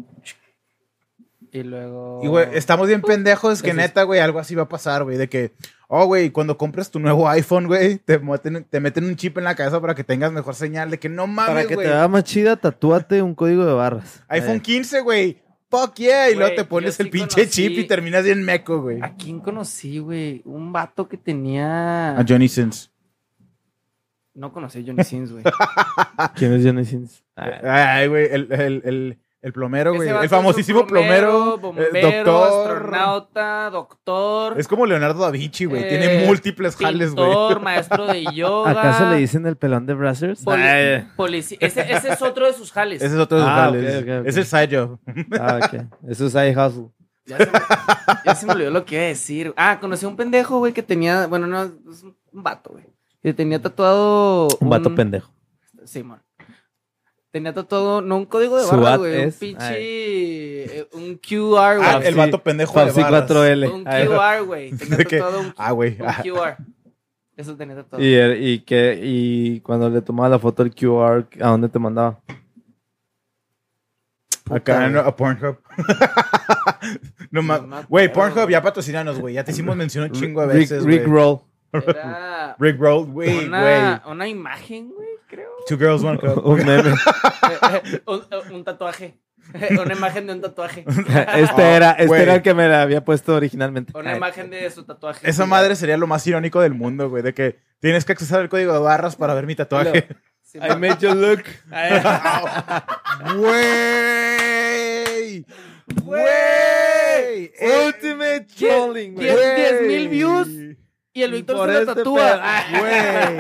Y luego... Y, güey, estamos bien Pues, pendejos que Gracias. neta, güey, algo así va a pasar, güey, de que, oh, güey, cuando compras tu nuevo iPhone, güey, te meten, te meten un chip en la cabeza para que tengas mejor señal, de que no Para mames, que Ah, güey. te haga más chida, tatúate un código de barras. Eh, iPhone 15, güey. Fuck yeah. Y luego Güey, te pones yo el sí pinche conocí- chip y terminas bien meco, güey. Ah. ¿A quién conocí, güey? Un vato que tenía... A Johnny Sins. No conocí a Johnny Sins, güey. Eh, ¿Quién es Johnny Sins? Ah, Ay, güey, el, el, el, El plomero, güey. Ese vato El es un famosísimo plomero. eh, bombero, doctor. astronauta, doctor, Es como Leonardo da Vinci, güey. Eh, Tiene múltiples jales, güey. pintor, maestro de yoga. ¿Acaso le dicen el pelón de Brazzers? poli- Ay. policía. Ese, ese es otro de sus jales. Ese es otro de sus Ah, jales. ok, ok, ok. Es el side job. Ah, ok. Eso es I hustle. Ya se, me, ya se me olvidó lo que iba a decir. Ah, conocí a un pendejo, güey, que tenía. Bueno, no, es un un vato, güey. Que tenía tatuado. Un vato pendejo. Simón. Tenía tatuado, no un código de Su barra, ad güey. Un es- pinche. ay. eh, Un QR, Ah, güey. el vato pendejo de Fabsi barras. 4L. un Ay. QR, güey. Tenía ¿De qué? tatuado un, Ah, güey. un Ah, QR. Eso tenía tatuado. Y, el- y, que, y cuando le tomaba la foto el QR, ¿a dónde te mandaba? acá en a Pornhub. no No me más. acuerdo. Güey, Pornhub, ya patrocinanos, güey. Ya te hicimos mención un chingo de veces. Rick, Rick güey. Roll. Era Rick Roll, güey, güey. una, una imagen, güey, creo. Two girls, one cup. Un meme. Eh, eh, un, un tatuaje. una imagen de un tatuaje. Este, Ah, era, este güey. era el que me la había puesto originalmente. Una Ay. imagen de su tatuaje. Esa madre sería lo más irónico del mundo, güey. De que tienes que accesar el código de barras para ver mi tatuaje. Sí, I made you look. ¡Güey! Güey. Eh, Ultimate ¿Quién- trolling, güey. quién- 10,000 views. güey. Y el Víctor Por se la este tatúa. pedo. Ah,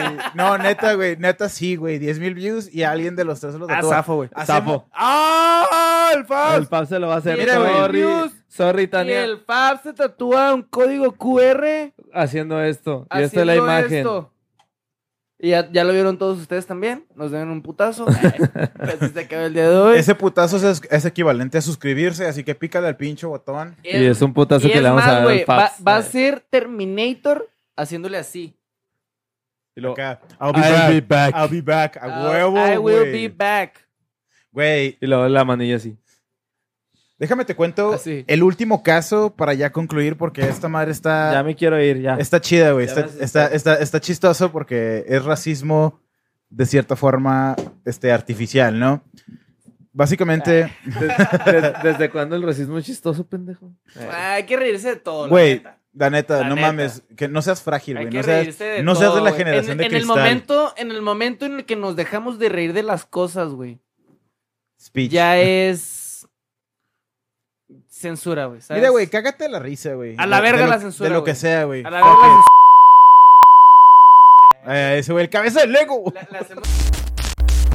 Güey. No, neta, güey. Neta, sí, güey. 10 mil views y alguien de los tres se lo Ah, tatúa. zafo, güey. Hacemos- Zafo. ¡Ah! ¡El Fabs! El Pab se lo va a hacer. Mira, güey. sorry, Views. sorry, Y Tania. el Fab se tatúa un código QR. Haciendo esto. Y esta es haciendo la imagen. esto. Y ya, ya lo vieron todos ustedes también. Nos deben un putazo. Eh, Así se acaba el día de hoy. Ese putazo es, es equivalente a suscribirse, así que pícale al pinche botón. Y Y es- es un putazo y que es le vamos más, a dar güey, al va, Pabs. va a ser Terminator haciéndole así. Y luego, Acá. I'll be back. I'll be back. I'll be back. A Ah, I huevo, will be güey. back. Güey, Y luego la manilla así. déjame te cuento Ah, Así. el último caso para ya concluir, porque esta madre está... Ya me quiero ir, ya. Está chida, güey. Ya Está, me asusté. está, está, está chistoso porque es racismo de cierta forma este, artificial, ¿no? Ah. Básicamente, ¿Desde, desde cuándo el racismo es chistoso, pendejo? Eh, Ah, hay que reírse de todo. la güey, neta. la neta, La no neta. mames, que no seas frágil, Hay güey. que No seas, reírse de no seas de todo, la güey. generación en, de en el cristal. momento, en el momento en el que nos dejamos de reír de las cosas, güey, speech. ya es censura, güey. ¿sabes? Mira, güey, cágate la risa, güey. A la De- de verga lo- la censura, De lo güey. que sea, güey. A la verga, Fuck la it. Eh, ese güey, el cabeza del Lego. censura, la- la censura.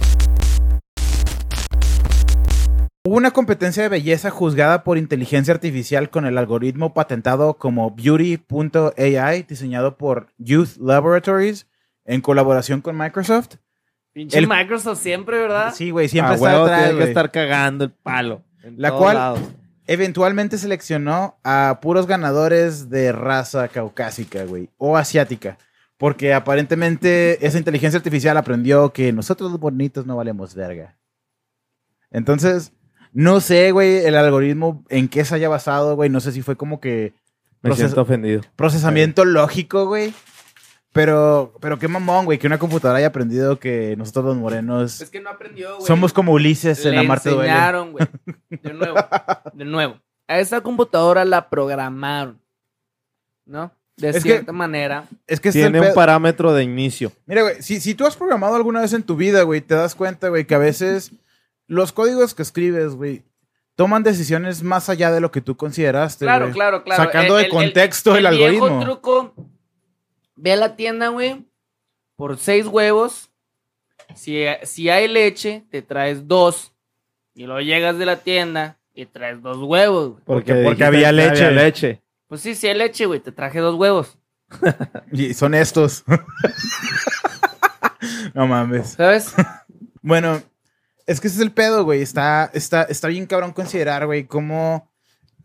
Hubo una competencia de belleza juzgada por inteligencia artificial con el algoritmo patentado como Beauty.ai, diseñado por Youth Laboratories en colaboración con Microsoft. Pinche El- Microsoft siempre, ¿verdad? Sí, güey, siempre Ah, está huevo, atrás, tiene que güey. estar cagando el palo. en La todos cual- lados. Eventualmente seleccionó a puros ganadores de raza caucásica, güey, o asiática. Porque aparentemente esa inteligencia artificial aprendió que nosotros los bonitos no valemos verga. Entonces, no sé, güey, el algoritmo en qué se haya basado, güey. No sé si fue como que Me Proceso- siento ofendido. procesamiento lógico, güey. Pero, pero qué mamón, güey, que una computadora haya aprendido que nosotros los morenos Es que no aprendió, güey. somos como Ulises en Le la Marte Duele. enseñaron, güey. De nuevo, de nuevo. A esa computadora la programaron, ¿no? De Es que- cierta manera. Es que está el Tiene un pedo. parámetro de inicio. Mira, güey, si, si tú has programado alguna vez en tu vida, güey, te das cuenta, güey, que a veces los códigos que escribes, güey, toman decisiones más allá de lo que tú consideraste. Claro, güey. claro, claro. E- Sacando de contexto el algoritmo. Viejo truco, ve a la tienda, güey, por seis huevos. Si, si hay leche, te traes dos. Y luego llegas de la tienda y traes dos huevos, güey. Porque- Porque, porque dijiste había que leche. leche. Pues sí, si hay leche, güey, te traje dos huevos. Y son estos. no mames. ¿Sabes? Bueno, es que ese es el pedo, güey. Está, está, está bien cabrón considerar, güey, cómo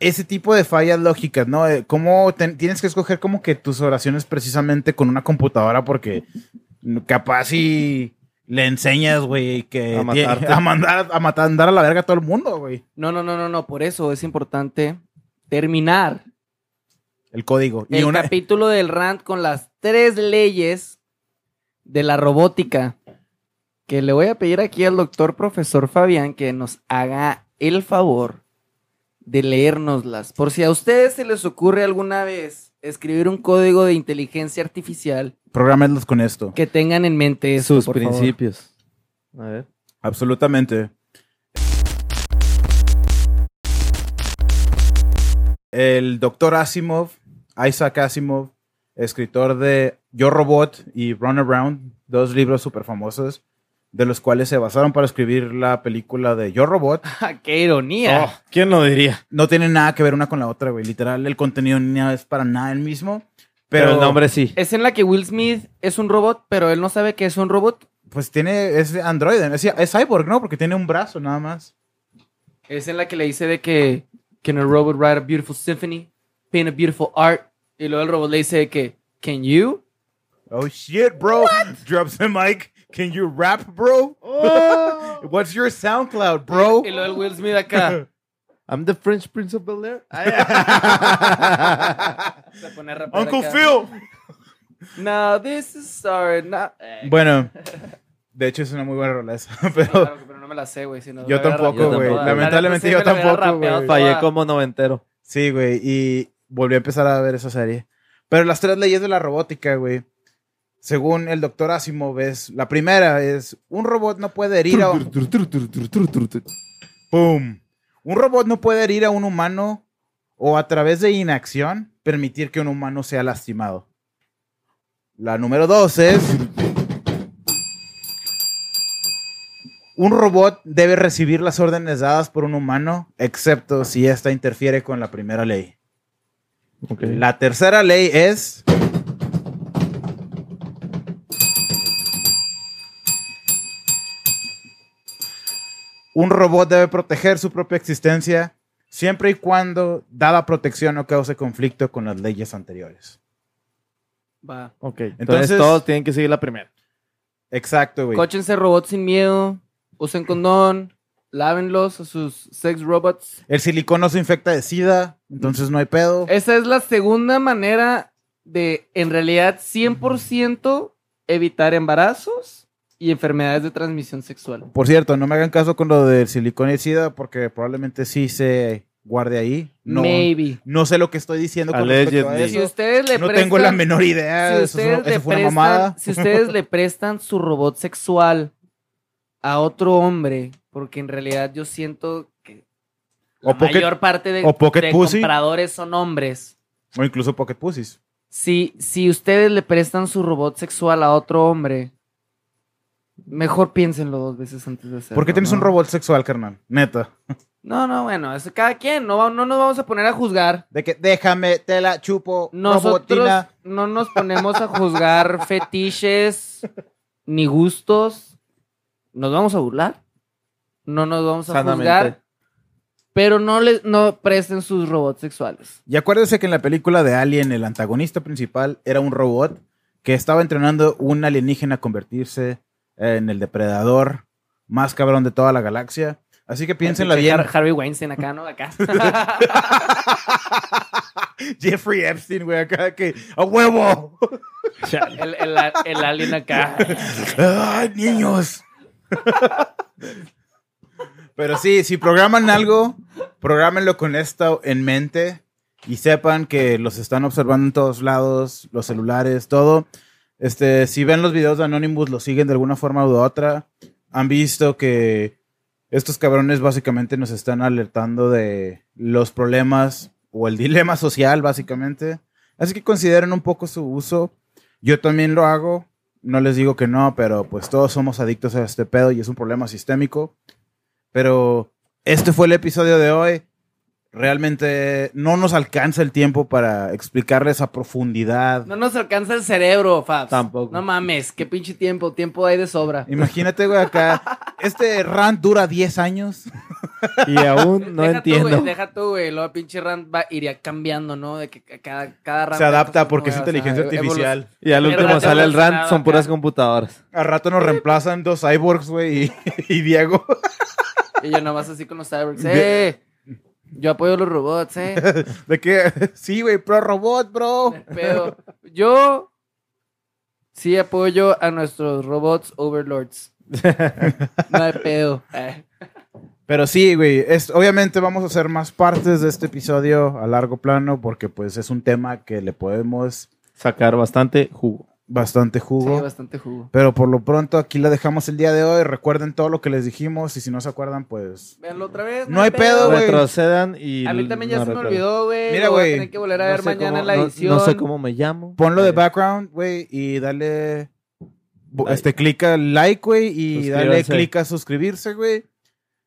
ese tipo de fallas lógicas, ¿no? Eh, Cómo ten- tienes que escoger como que tus oraciones precisamente con una computadora porque capaz si le enseñas, güey, que A tie- matarte. a mandar a matar, andar a la verga a todo el mundo, güey. No, no, no, no, no. Por eso es importante terminar El código. Y el una, capítulo del rant con las tres leyes de la robótica. Que le voy a pedir aquí al doctor profesor Fabián que nos haga el favor de leérnoslas. Por si a ustedes se les ocurre alguna vez escribir un código de inteligencia artificial, programenlos con esto. que tengan en mente eso, Sus por favor. principios. A ver. Absolutamente. el doctor Asimov, Isaac Asimov, escritor de Yo Robot y Run Around, dos libros súper famosos, de los cuales se basaron para escribir la película de Yo Robot. Ja, ¡Ah, ¡Qué ironía! Oh, ¿Quién lo diría? No tienen nada que ver una con la otra, güey. Literal, el contenido ni nada es para nada el mismo. Pero, Pero, el nombre sí. Es en la que Will Smith es un robot, pero él no sabe que es un robot. Pues tiene, es androide, es, es cyborg, ¿no? Porque tiene un brazo nada más. Es en la que le dice de que Can a robot write a beautiful symphony? Paint a beautiful art. Y luego el robot le dice de que Can you? Oh shit, bro. Drops the mic. Can you rap, bro? What's your SoundCloud, bro? Oh. Y luego el Will Smith acá I'm the French Prince of Bel Air. se pone a rapear Uncle acá. Phil. No, this is sorry. no- Eh, Bueno, de hecho es una muy buena rola esa, pero claro, pero no me la sé, güey. si no, Yo me hubiera tampoco, rapeado güey. toda. Lamentablemente yo La neta, sí me la hubiera tampoco, rapeado güey. toda. Fallé como noventero. sí, güey, y volví a empezar a ver esa serie. Pero las tres leyes de la robótica, güey. Según el doctor Asimov, es la primera es un robot no puede herir a ¡Pum! Un robot no puede herir a un humano o a través de inacción permitir que un humano sea lastimado. La número dos es... Un robot debe recibir las órdenes dadas por un humano, excepto si ésta interfiere con la primera ley. Ok. La tercera ley es... Un robot debe proteger su propia existencia siempre y cuando dada protección no cause conflicto con las leyes anteriores. Va. Ok. Entonces, Entonces- todos tienen que seguir la primera. Exacto, güey. Cóchense robots sin miedo. Usen condón. Lávenlos a sus sex robots. El silicón no se infecta de sida, entonces no hay pedo. Esa es la segunda manera de, en realidad, 100% evitar embarazos y enfermedades de transmisión sexual. Por cierto, no me hagan caso con lo del silicón y sida porque probablemente sí se guarde ahí. No, Maybe. no sé lo que estoy diciendo con respecto a Allegedly. eso. Si ustedes le no prestan, tengo la menor idea. eso, si es una- ustedes le eso fue una prestan- mamada. si ustedes le prestan su robot sexual a otro hombre, porque en realidad yo siento que la O pocket- mayor parte de, o pocket de pussy. compradores son hombres. O incluso Pocket Pussies. Si, si ustedes le prestan su robot sexual a otro hombre, mejor piénsenlo dos veces antes de hacerlo. ¿Por qué tienes ¿no? un robot sexual, carnal? Neta. No, no, bueno, eso cada quien, no, va- no nos vamos a poner a juzgar. De que déjame, te la chupo, Nosotros robotina. no nos ponemos a juzgar fetiches ni gustos. Nos vamos a burlar. No nos vamos a Sanamente. juzgar. Pero no les no presten sus robots sexuales. Y acuérdense que en la película de Alien, el antagonista principal era un robot que estaba entrenando un alienígena a convertirse en el depredador más cabrón de toda la galaxia. Así que piénsenla bien. Har- Harvey Weinstein acá, ¿no? Acá. Jeffrey Epstein, güey, acá que a huevo. el, el, el alien acá. ¡Ay, niños! Pero sí, si programan algo, programenlo con esto en mente y sepan que los están observando en todos lados, los celulares, todo. Este, si ven los videos de Anonymous, los siguen de alguna forma u otra. Han visto que estos cabrones básicamente nos están alertando de los problemas o el dilema social, básicamente. Así que consideren un poco su uso. Yo también lo hago, no les digo que no, pero pues todos somos adictos a este pedo y es un problema sistémico. Pero este fue el episodio de hoy. Realmente no nos alcanza el tiempo para explicarles a profundidad. No nos alcanza el cerebro, Fabs. Tampoco. No mames, qué pinche tiempo. Tiempo hay de sobra. Imagínate, güey, acá. Este rant dura 10 años. Y aún no deja Tú, entiendo. güey, deja tú, güey. Luego pinche rant va, iría cambiando, ¿no? De que ca- cada, cada rant Se hay adapta cosas porque es nuevas, inteligencia ajá, evolu- artificial. y al Mierda, último te sale el rant, evolucionado son acá. puras computadoras. A rato nos reemplazan dos cyborgs, güey, y, y Diego. Y yo nomás así con los cyborgs. ¡Eh! Yo apoyo los robots, ¿eh? De que, sí, güey, pro robot, bro. Pero yo sí apoyo a nuestros robots overlords. No hay pedo. Eh. Pero sí, güey, es- obviamente vamos a hacer más partes de este episodio a largo plano porque pues es un tema que le podemos Sacar bastante jugo. bastante jugo. Sí, bastante jugo. Pero por lo pronto aquí la dejamos el día de hoy. Recuerden todo lo que les dijimos y si no se acuerdan, pues... Véanlo otra vez. No hay pedo, güey. Retrocedan y. A mí también ya no se me recuerdo. olvidó, güey. Mira, Lo voy a güey, tener que volver a No ver sé mañana cómo- en la no- edición. No, sé cómo me llamo. Ponlo de Eh, background, güey, y dale... bu- Like. Este, clic al like, güey, y dale Suscríbanse. clic a suscribirse, güey.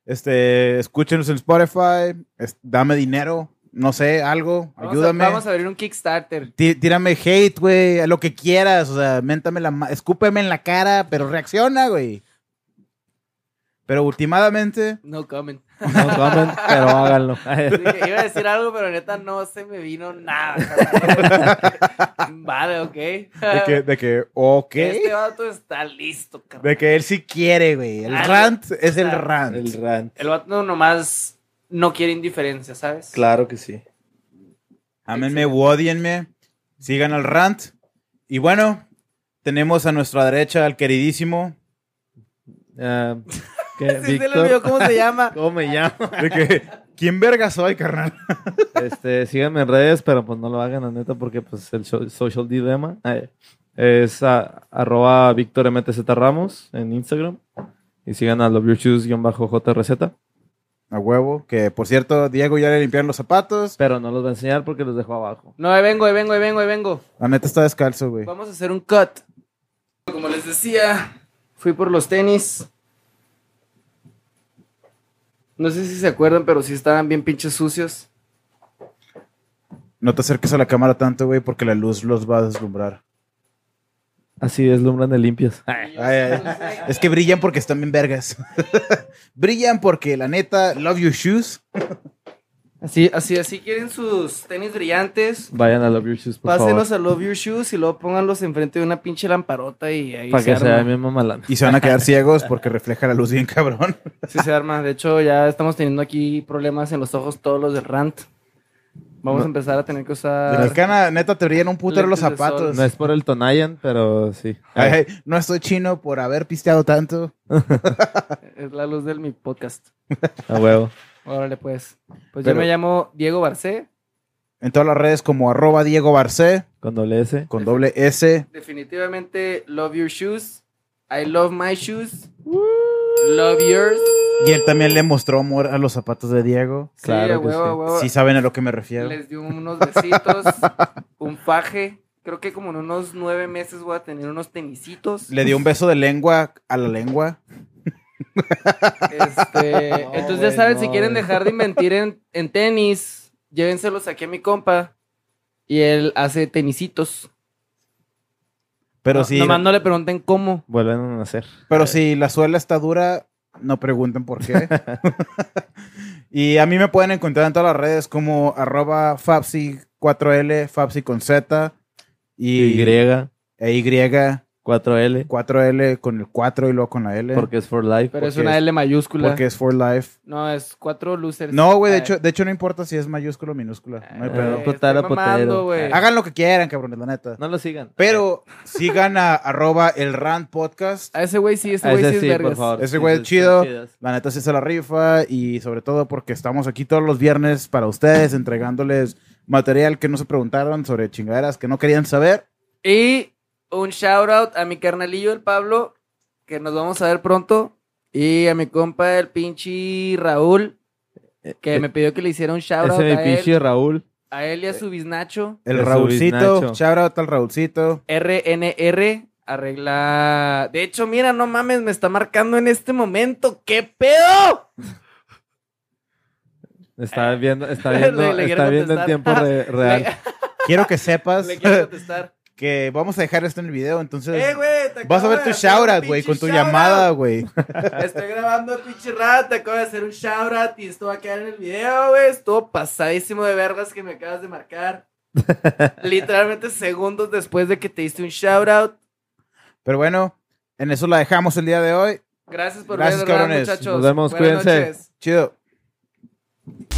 Este, escúchenos en Spotify. es- dame dinero, no sé, algo, Vamos a- ayúdame. vamos a abrir un Kickstarter. Tí- Tírame hate, güey, a lo que quieras, o sea, méntame la ma- escúpeme en la cara, pero reacciona, güey. Pero últimamente, No comment. No comen, pero háganlo. Así que Iba a decir algo, pero neta no se me vino nada. carnal. vale, ok. de que, de que, ok, Este vato está listo, cabrón. de que él sí quiere, güey. El Ah, rant es el ah, rant. El rant. El vato nomás no quiere indiferencia, ¿sabes? Claro que sí. Ámenme u odienme, sigan al rant. Y bueno, tenemos a nuestra derecha al queridísimo, Ah, ¿qué, Sí, se le Víctor? olvidó cómo se llama. ¿Cómo me llamo? de que, ¿quién verga soy, carnal? Este, síganme en redes, pero pues no lo hagan, la neta, porque pues el so- social dilema eh, es a- arroba Víctor MTZ Ramos en Instagram. Y sigan a loveyourchoose-jrz. A huevo, que por cierto, Diego ya le limpiaron los zapatos. Pero no los va a enseñar porque los dejo abajo. No, ahí vengo, ahí vengo, ahí vengo, ahí vengo. La neta está descalzo, güey. Vamos a hacer un cut. Como les decía, fui por los tenis. No sé si se acuerdan, pero sí estaban bien pinches sucios. No te acerques a la cámara tanto, güey, porque la luz los va a deslumbrar. Así deslumbran de limpias. Ay, ay. Es que brillan porque están bien vergas. brillan porque, la neta, love your shoes. Así, así, así quieren sus tenis brillantes. Vayan a loveyourchoose, por Pásenos favor. a Love Your Shoes y luego pónganlos enfrente de una pinche lamparota y ahí Para se que se arma. vean bien mamalán. Y se van a quedar ciegos porque refleja la luz bien cabrón. Sí se arma. De hecho, ya estamos teniendo aquí problemas en los ojos todos los del rant. Vamos No. a empezar a tener que De Ah. usar... Mexicana, neta, te brillan un putero los Lentes de zapatos. No es por el Tonayan, pero sí. Ay, ay, no estoy chino por haber pisteado tanto. Es la luz del mi podcast. A huevo. Órale, pues. Pues Pero- yo me llamo Diego Barcé. En todas las redes como arroba Diego Barcé, Con doble S. con doble S. Definitivamente, love your shoes. I love my shoes. Love yours. Y él también le mostró amor a los zapatos de Diego. sí, Claro a que huevo, sí. a huevo. Sí saben a lo que me refiero. Les dio unos besitos, un paje. Creo que como en unos nueve meses voy a tener unos tenisitos. Le dio un beso de lengua a la lengua. Este, No, entonces ya güey, saben, no, si quieren güey. dejar de inventir en, en tenis, llévenselos aquí a mi compa. Y él hace tenisitos. Pero No- sí. Nomás no le pregunten cómo. Vuelven a nacer. Pero si la suela está dura, no pregunten por qué. y a mí me pueden encontrar en todas las redes como arroba Fabsi4L, Fabsi con Z y, Y, e Y, 4L 4L, con el 4 y luego con la L. porque es for life. Pero es Porque una es- L mayúscula. porque es for life. No, es cuatro losers. No, güey, de Ay. hecho, de hecho no importa si es mayúsculo o minúscula. No hay Pues, Eh, pedo. güey. estoy Potara, mamando, potero. güey. Hagan lo que quieran, cabrones, la neta. No lo eh. sigan. Pero sigan a arroba el rant podcast. A ese güey sí, ese A güey sí ese es sí, por vergas. favor. Ese güey es Esos chido. son chidos. La neta sí se la rifa y sobre todo porque estamos aquí todos los viernes para ustedes entregándoles material que no se preguntaron sobre chingaderas que no querían saber. Y un shout out a mi carnalillo el Pablo, que nos vamos a ver pronto. Y a mi compa el pinche Raúl, que Eh, me pidió que le hiciera un shout out Ese mi a él, pinche Raúl. a él y a su biznacho. El Eso, Raulcito, Biznacho. shout out al Raulcito. RNR arregla. De hecho, mira, no mames, me está marcando en este momento. ¿Qué pedo? Está viendo, está Le- viendo, le quiero está viendo en contestar. tiempo re- real. Quiero que sepas Le quiero contestar. que vamos a dejar esto en el video, entonces Eh, güey, te vas a acabo ver de tu hacer un shout out, güey, con pinche tu shout out. llamada, güey. Estoy grabando el pinche rat, te acabo de hacer un shout out y esto va a quedar en el video, güey. Estuvo pasadísimo de vergas que me acabas de marcar. Literalmente segundos después de que te diste un shout out. Pero bueno, en eso la dejamos el día de hoy. Gracias por Gracias, vernos, cabrones. muchachos. Nos vemos, Buenas cuídense. noches. Chido.